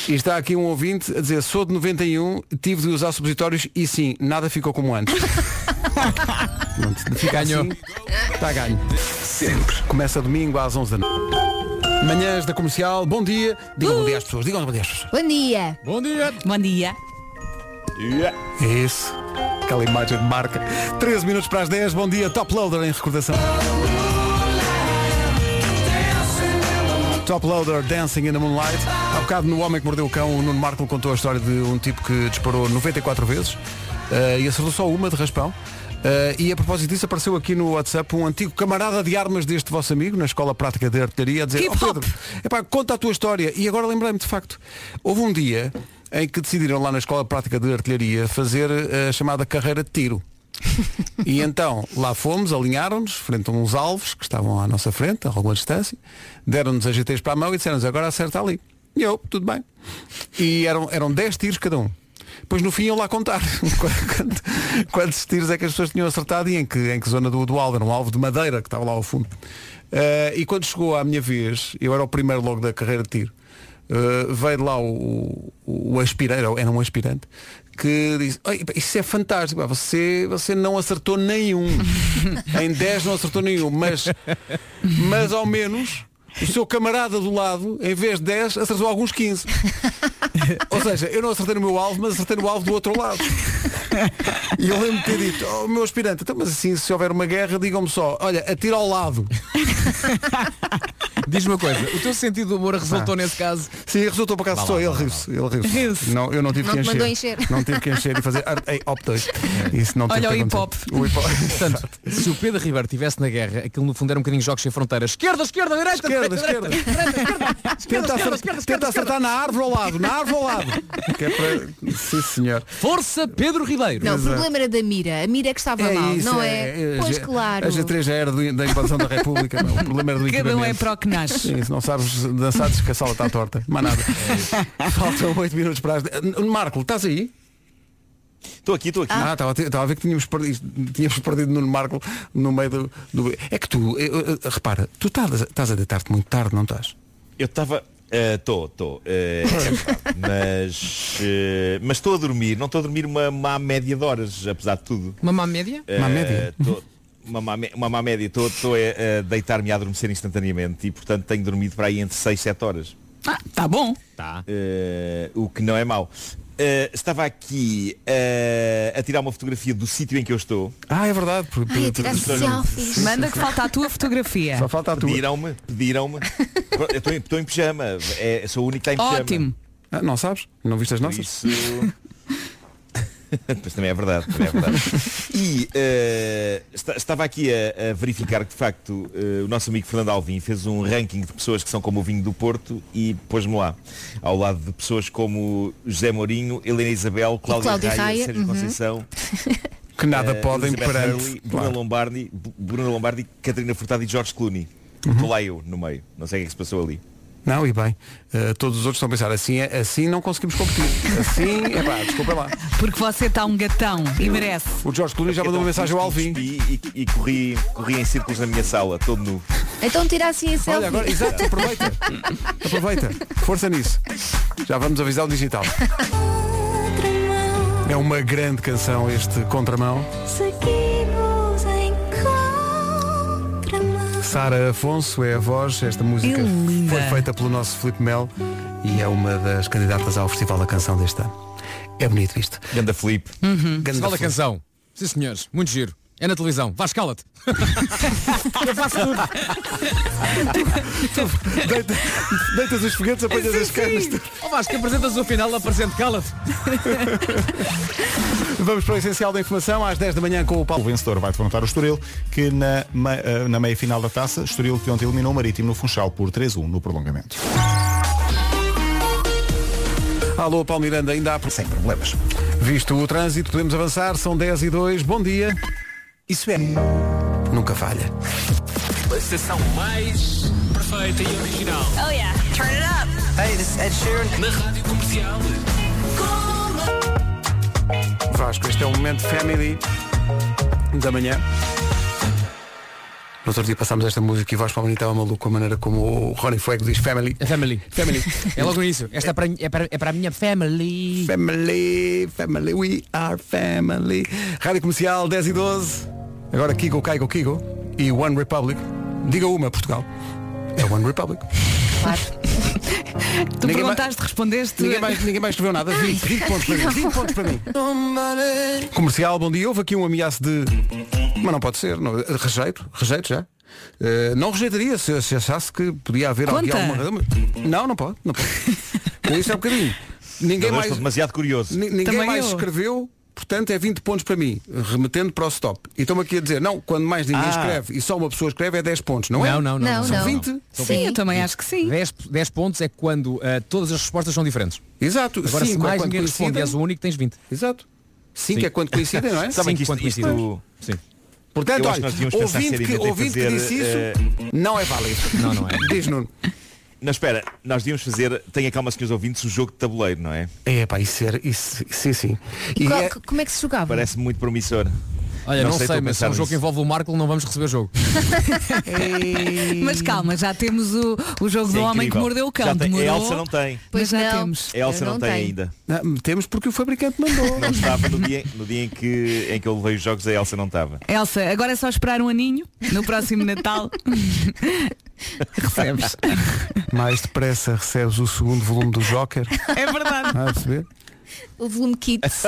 B: E está aqui um ouvinte a dizer, sou de 91, tive de usar supositórios e sim, nada ficou como antes. Pronto, fica
F: Ganhou.
B: assim, está ganho.
I: Sempre.
B: Começa domingo às 11 da noite. Manhãs da comercial, bom dia. Digam bom dia às pessoas, digam bom dia às pessoas.
E: Bom dia.
F: Bom dia.
D: Bom dia.
B: É isso. Aquela imagem de marca. 13 minutos para as 10. Bom dia, Top Loader em recordação. Top Loader Dancing in the Moonlight. Há bocado no Homem que Mordeu o Cão, o Nuno Marco contou a história de um tipo que disparou 94 vezes eh, e acertou só uma de raspão. Eh, e a propósito disso apareceu aqui no WhatsApp um antigo camarada de armas deste vosso amigo na Escola Prática de Artilharia a dizer
D: Hip
B: "Ó
D: hop."
B: Pedro, epá, conta a tua história. E agora lembrei-me de facto. Houve um dia em que decidiram lá na Escola Prática de Artilharia fazer eh, a chamada carreira de tiro. E então lá fomos, alinharam-nos frente a uns alvos que estavam à nossa frente, a alguma distância, deram-nos as GTs para a mão e disseram-nos agora acerta ali. E eu, tudo bem. E eram, eram 10 tiros cada um. Pois no fim iam lá contar quantos, quantos tiros é que as pessoas tinham acertado e em que, em que zona do, do alvo. Era um alvo de madeira que estava lá ao fundo. Eh, e quando chegou à minha vez, eu era o primeiro logo da carreira de tiro. Uh, veio lá o, o, o aspirante, era- era um aspirante, que disse, "Ai, pá, isso é fantástico, pá, você, você não acertou nenhum. em 10 não acertou nenhum, mas, mas ao menos o seu camarada do lado, em vez de 10, acertou alguns 15. Ou seja, eu não acertei no meu alvo, mas acertei no alvo do outro lado. E eu lembro de ter dito, oh, meu aspirante, então, mas assim, se houver uma guerra, digam-me só, olha, atira ao lado.
F: Diz-me uma coisa, o teu sentido do humor resultou nesse caso.
B: Sim, resultou por acaso
F: Vá
B: só
F: lá,
B: ele
F: vá lá,
B: riu-se. Ele riu-se.
D: Riu-se.
B: Não, eu não tive
E: Não te
B: que encher.
E: mandou encher.
B: Não tive que encher e fazer art- ei, op 2. Isso não teve
D: Olha
B: que
D: o hip
B: acontecer. O hip hop.
F: Portanto, se o Pedro Ribeiro estivesse na guerra, aquilo no fundo era um bocadinho jogos sem fronteiras. Esquerda, esquerda, direita,
B: Esquerda,
F: direita,
B: esquerda.
F: direita,
B: Tenta, acertar,
F: esquerda, esquerda,
B: tenta
F: esquerda, esquerda, esquerda.
B: acertar na árvore ao lado, na árvore ao lado. Que é para... Sim, senhor.
F: Força Pedro Ribeiro.
B: é.
E: Não, o problema era da mira. A mira é que estava mal, não é?
B: a
E: Pois
B: G-
E: claro.
B: A G3 já era do- da invasão da República. não, o problema era do
D: Cada um é
B: equipamento.
D: para o que nasce.
B: Sim, se não sabes dançar, diz que a sala está torta. Mas nada. Faltam 8 minutos para as. de- Marco, estás aí?
K: Estou aqui, estou aqui.
B: Ah, estava a te- estava a ver que tínhamos perdido, tínhamos perdido Nuno Marco no meio do. do- É que tu, eh, eh, repara, tu estás a- estás a deitar-te muito tarde, não estás?
K: Eu eh, estava. Estou, estou. eh, é mas eh, mas estou a dormir. Não estou a dormir uma má média de horas, apesar de tudo.
F: Uma má média?
K: Eh,
B: Má média?
K: tô- uma, má, mé- uma má média. Estou a deitar-me a adormecer instantaneamente e, portanto, tenho dormido para aí entre 6 e 7 horas.
D: Ah, tá bom.
F: Tá.
K: Eh, o que não é mau. Eh, estava aqui eh, a tirar uma fotografia do sítio em que eu estou.
B: Ah, é verdade. por- por-
E: Ai, a tirar selfies.
D: Manda que falta a tua fotografia.
B: Só falta a tua.
K: Pediram-me, pediram-me. Eu estou em, estou em pijama. É, sou o único que está tá em pijama.
D: Ótimo.
B: Ah, não sabes? Não viste as
K: Por
B: nossas?
K: isso. Pois também é verdade, também é verdade. E eh, esta- estava aqui a, a verificar que de facto eh, o nosso amigo Fernando Alvim fez um ranking de pessoas que são como o vinho do Porto e pôs-me lá, ao lado de pessoas como José Mourinho, Helena Isabel, Cláudia,
E: Cláudia
K: Raia,
E: Raia,
K: Sérgio
E: uhum.
K: Conceição.
B: Que nada
K: eh,
B: podem
K: Elizabeth
B: perante-
K: Hurley,
B: claro.
K: Bruna Lombardi, Bu- Bruna Lombardi, Catarina Furtado e George Clooney.
B: Uhum.
K: Estou lá eu no meio. Não sei o que é que se passou ali.
B: Não, e bem, eh, todos os outros estão a pensar, assim, é- assim não conseguimos competir. Assim, é pá, desculpa lá.
D: Porque você está um gatão e merece.
B: O Jorge Clooney já
K: Fiquei
B: mandou uma
K: tão
B: mensagem ao
K: triste
B: Alvim.
K: que cuspi E, e corri, corri em círculos na minha sala, todo nu.
E: Então tira assim a selfie.
B: agora- exato, aproveita. Aproveita, força nisso. Já vamos avisar o digital. É uma grande canção este contramão.
M: Seguimos em contramão.
B: Sara Afonso é a voz, esta música
M: Que linda.
B: foi feita pelo nosso Filipe Mel e é uma das candidatas ao Festival da Canção deste ano. É bonito isto. Uhum.
K: Ganda Felipe.
F: Festival da canção. Sim senhores, muito giro. É na televisão. Vá, escala-te.
M: Eu faço
B: Deita- deitas os foguetes, apanhas as canas.
F: Oh, Vasco, apresentas o final, apresente, cala-te.
B: Vamos para o essencial da informação às 10 da manhã com o Paulo.
A: O vencedor vai defrontar o Estoril, que na, ma- eh, na meia-final da taça, Estoril que ontem eliminou o Marítimo no Funchal por 3-1 no prolongamento.
B: Alô, Paulo Miranda, ainda há
C: sem problemas.
B: Visto o trânsito, podemos avançar. São 10 e 2. Bom dia. Isso é. Nunca falha.
L: A estação mais perfeita e original.
G: Oh yeah, turn it up. Hey, this is Ed Sheeran.
L: Na rádio comercial.
B: Vasco, este é o momento family da manhã. No outro dia passámos esta música e Vasco Palmini estava maluco com a maneira como o Rony Fuego diz family.
F: Family.
B: Family.
F: É logo no início. Esta é para, é para, é para a minha family.
B: Family, family, we are family. Rádio Comercial 10 e 12. Agora Kiko, Kaigo, Kiko e One Republic. Diga uma, Portugal. É One Republic.
D: Tu
B: Ninguém
D: perguntaste, respondeste.
B: Ninguém mais, ninguém mais escreveu nada. 20, 20 pontos para mim. 20 pontos para mim. Comercial, bom dia. Houve aqui um ameaço de. Mas não pode ser. não. Rejeito, rejeito já. Eh, não rejeitaria se, se achasse que podia haver alguém
K: Conta.
B: alguma razão. mas- Não, não pode, não pode. Com isso é um bocadinho. Ninguém
K: Talvez
B: mais,
K: fosse demasiado curioso.
B: ni- ninguém
K: Também
B: mais
K: eu.
B: escreveu, portanto é 20 pontos para mim, remetendo para o stop. E estou-me aqui a dizer, não, quando mais ninguém
F: Ah.
B: escreve e só uma pessoa escreve é 10 pontos, não é?
F: Não, não, não. não,
B: São
F: não.
B: 20.
F: São
D: Sim,
F: 20.
D: eu também acho que sim.
F: 10, pontos é quando ah, todas as respostas são diferentes.
B: Exato.
F: Agora se
B: Cinco é
F: mais
B: quando
F: ninguém responde
B: coincidem.
F: e és o único, tens 20.
B: Exato. 5
F: Sim.
B: é quando coincidem, não é?
F: Sabem que
B: Cinco
F: isto-
B: quando
F: isto-
B: coincidem.
F: Sim.
B: Portanto,
K: Eu acho que
B: olha,
K: nós devíamos pensar
B: ouvinte, que,
K: seriamente em
B: ouvinte que
K: fazer,
B: disse isso,
K: eh,
B: não é válido.
K: Não, não é.
B: Diz Nuno.
K: Não, espera, nós devíamos fazer, tenha calma senhores ouvintes, o jogo de tabuleiro, não é?
B: É pá, isso era, isso, sim,
K: assim.
B: sim.
E: E qual- como é que se jogava?
K: Parece muito promissor.
F: Olha, não, sei,
K: estou a
F: mas se é
K: pensar
F: um jogo que
K: nisso.
F: envolve o Marco, não vamos receber o jogo.
D: Mas calma, já temos o, o jogo
K: Isso
D: do
K: é
D: homem que
K: incrível.
D: mordeu o cão.
K: Já tem-
D: Demorou,
K: A Elsa não tem.
D: Mas já temos.
K: A Elsa não, tem, ainda.
B: Não, temos porque o fabricante mandou.
K: Não estava no dia, no dia em, que, em que eu levei os jogos, a Elsa não estava.
D: Elsa, agora é só esperar um aninho no próximo Natal. Recebes.
B: Mais depressa recebes o segundo volume do Joker.
D: É verdade.
B: Está a perceber?
E: O volume kits.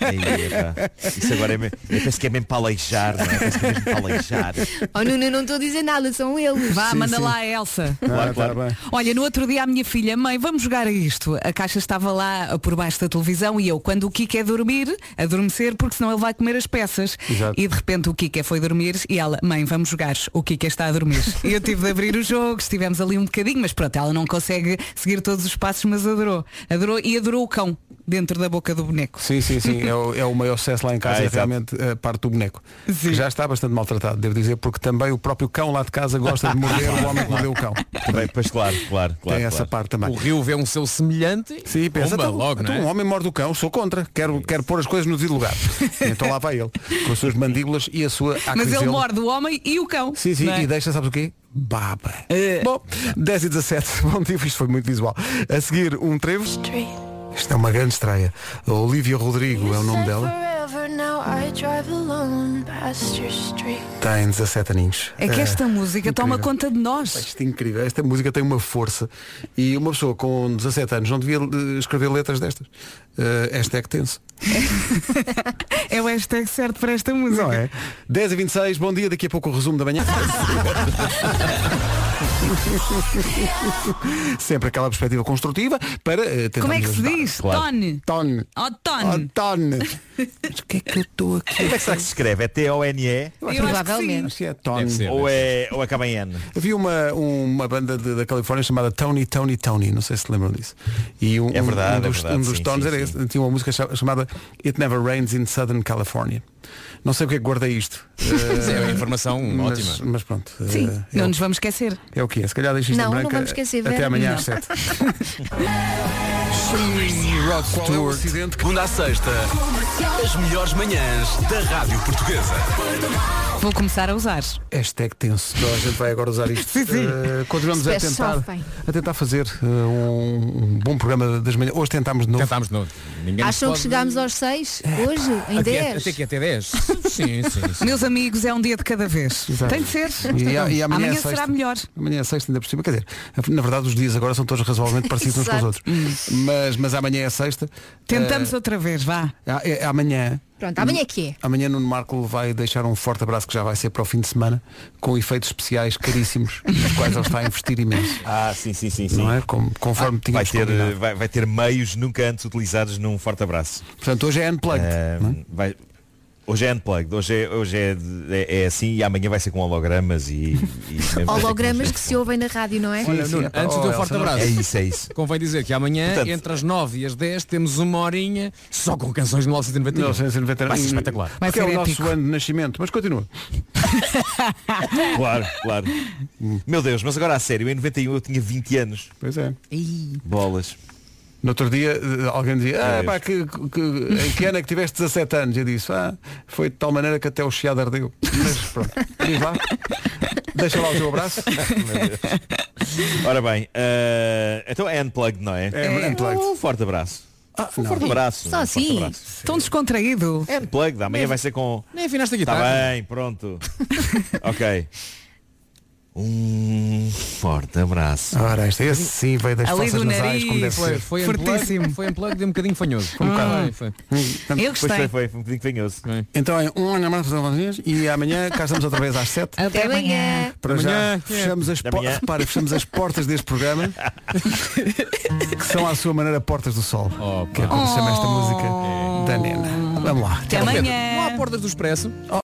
K: Aí, epá, Isso agora é mesmo. Eu penso que é mesmo para aleijar, não é? Penso que é mesmo para aleijar.
E: oh Nuno, eu não estou a dizer nada, são eles.
D: Vá, manda lá a Elsa.
B: Ah, tá
K: Claro, claro.
D: Olha, no outro dia a minha filha, mãe, vamos jogar a isto. A caixa estava lá por baixo da televisão e eu, quando o Kiko é dormir, adormecer, porque senão ele vai comer as peças.
M: Exato.
D: E de repente o Kiko foi dormir e ela, mãe, vamos jogar. O Kiko está a dormir. E eu tive de abrir o jogo, estivemos ali um bocadinho, mas pronto, ela não consegue seguir todos os passos, mas adorou. Adorou e adorou o cão dentro da boca do boneco.
B: Sim, sim, sim. É o, é o maior sucesso lá em casa, é
K: Ah, exato.
B: realmente a parte do boneco. Que já está bastante maltratado, devo dizer, porque também o próprio cão lá de casa gosta de morder o homem que mordeu o cão.
K: Também, pois claro, claro, claro.
B: Tem essa
K: claro.
B: parte também.
F: O Rio vê um seu semelhante.
B: Sim, pensa,
F: Pumba,
B: então,
F: logo,
B: então
F: não é?
B: um homem morde o cão, sou contra, quero, quero pôr as coisas no devido lugar. então lá vai ele, com as suas mandíbulas e a sua
D: Mas ele
B: acrisela.
D: morde o homem e o cão.
B: Ah, Sim, sim,
D: não é?
B: e deixa, sabes o quê? Baba. Bom, 10 e 17, bom dia, isto foi muito visual. A seguir, um Treves. Isto é uma grande estreia. A Olivia Rodrigo é o nome dela. Tem 17 aninhos.
D: É que esta
B: Eh,
D: música toma
B: incrível.
D: conta de nós.
B: Isto é incrível, esta música tem uma força e uma pessoa com 17 anos não devia eh, escrever letras destas. Eh, esta é que tenso.
D: É o hashtag certo para esta música.
B: Não é? 10 e 26, bom dia, daqui a pouco o resumo da manhã. Sempre aquela perspectiva construtiva para eh, tentarmos
D: Como é que se
B: ajudar.
D: diz? Tone.
B: Tone.
D: Oh, Tone.
B: Tone. Mas o que é que eu estou aqui?
K: Como é que será que se escreve? É T-O-N-E?
D: Eu acho que Provavelmente. sim.
B: Acho que é Tone.
K: Ou, é, ou acaba em N?
B: Havia uma, uma banda de- da Califórnia chamada Tony, Tony, Tony, não sei se lembram disso. E um,
K: É verdade,
B: um dos,
K: é verdade,
B: um dos
K: sim,
B: tones
K: sim,
B: era esse, tinha uma música cha- chamada It Never Rains in Southern California. Não sei porque é que guardei isto.
F: Mas é uma
B: Eh,
F: informação
B: mas-
F: ótima.
B: Mas pronto. eh,
D: Sim,
B: é,
D: não
B: o-
D: nos vamos esquecer.
B: é o que é. Se calhar deixo isto
D: Não,
B: em
D: não
B: branco.
D: vamos esquecer,
B: Até
D: Vera.
B: amanhã
D: Não.
B: às 7.
L: Qual é o acidente? Segunda à sexta, as melhores manhãs da Rádio Portuguesa.
D: Vou começar a usar.
B: Hashtag tenso. Então a gente vai agora usar isto.
D: Sim, sim.
B: Eh, continuamos a
D: Espero
B: tentar,
D: sofrem.
B: a tentar fazer eh, um, um bom programa das manhãs. Hoje tentámos de novo.
F: Tentámos de novo. Ninguém nos
E: Acham que
F: pode-
E: chegámos aos 6? Hoje? Em
F: Até-
E: 10?
F: Até que é até 10. Sim, sim, sim.
D: Meus amigos, é um dia de cada vez.
B: Exato.
D: Tem de ser.
B: E, a- e amanhã, é sexta.
D: será melhor.
B: Amanhã é sexta ainda por cima. Quer dizer, na verdade os dias agora são todos razoavelmente parecidos uns com os
D: Exato.
B: outros. Mas, mas amanhã é sexta. É.
D: Tentamos outra vez, vá.
B: Eh, a- é- amanhã.
E: Pronto, amanhã é que é.
B: Amanhã Nuno Marco vai deixar um forte abraço que já vai ser para o fim de semana, com efeitos especiais caríssimos, os quais ele está a investir imenso.
K: Ah, sim, sim, sim, sim.
B: Não é? Como- conforme
K: Ah, vai
B: tínhamos
K: ter, eh,
B: combinado.
K: vai, vai ter meios nunca antes utilizados num forte abraço.
B: Portanto, hoje é unplugged.
K: Ah, vai- hoje é unplugged, hoje é, hoje é, de- é- é assim e amanhã vai ser com hologramas e, e
E: Hologramas que se ouvem na rádio, não é?
F: Olha, Nuno, antes
B: Oh,
F: do forte abraço.
K: É isso, é isso.
F: Convém dizer que amanhã,
K: Portanto-
F: entre as 9 e as 10, temos uma horinha só com canções de 1991.
B: 1990.
F: Vai ser espetacular.
B: Porque é o nosso ano de nascimento. Mas continua.
K: Claro, claro. Meu Deus, mas agora a sério, em 91 eu tinha 20 anos.
B: Pois é.
K: Bolas.
B: No outro dia eh, alguém dizia, ah,
K: Deus.
B: pá, que, que- em que ano é que tiveste 17 anos? Eu disse, ah, foi de tal maneira que até o chiado ardeu. Mas pronto, diz lá, deixa lá o teu abraço.
K: Ora bem, ah, então é unplugged, não é?
B: É unplugged.
K: Um forte abraço. um forte
D: Só
K: abraço. um forte
D: assim.
K: abraço.
D: Estão descontraído.
K: É unplugged, amanhã vai ser com.
F: Nem afinaste a
K: Está
F: guitarra.
K: Tá bem, pronto. ok. Um forte abraço.
B: Ora, este, esse sim veio das
D: Ali
B: forças
D: do
B: nasais, como deve
D: nariz.
B: ser.
F: Foi, foi
D: Fortíssimo.
F: unplugged, foi unplugged e um bocadinho fanhoso.
B: Um bocado.
F: Ah, foi.
B: Portanto,
D: Eu
K: Pois
D: gostei.
K: foi, foi, foi um bocadinho fanhoso.
B: Então é um abraço para vocês e amanhã cá estamos outra vez às 7.
D: Até amanhã.
B: Para já,
F: Amanhã,
B: fechamos as,
K: Até
B: po-
K: amanhã.
B: repara, fechamos as portas deste programa, que são à sua maneira portas do sol, que é como se chama esta música da Nena. Vamos lá.
D: Até
F: Pedro,
D: amanhã.
F: Não há Oh. portas do expresso.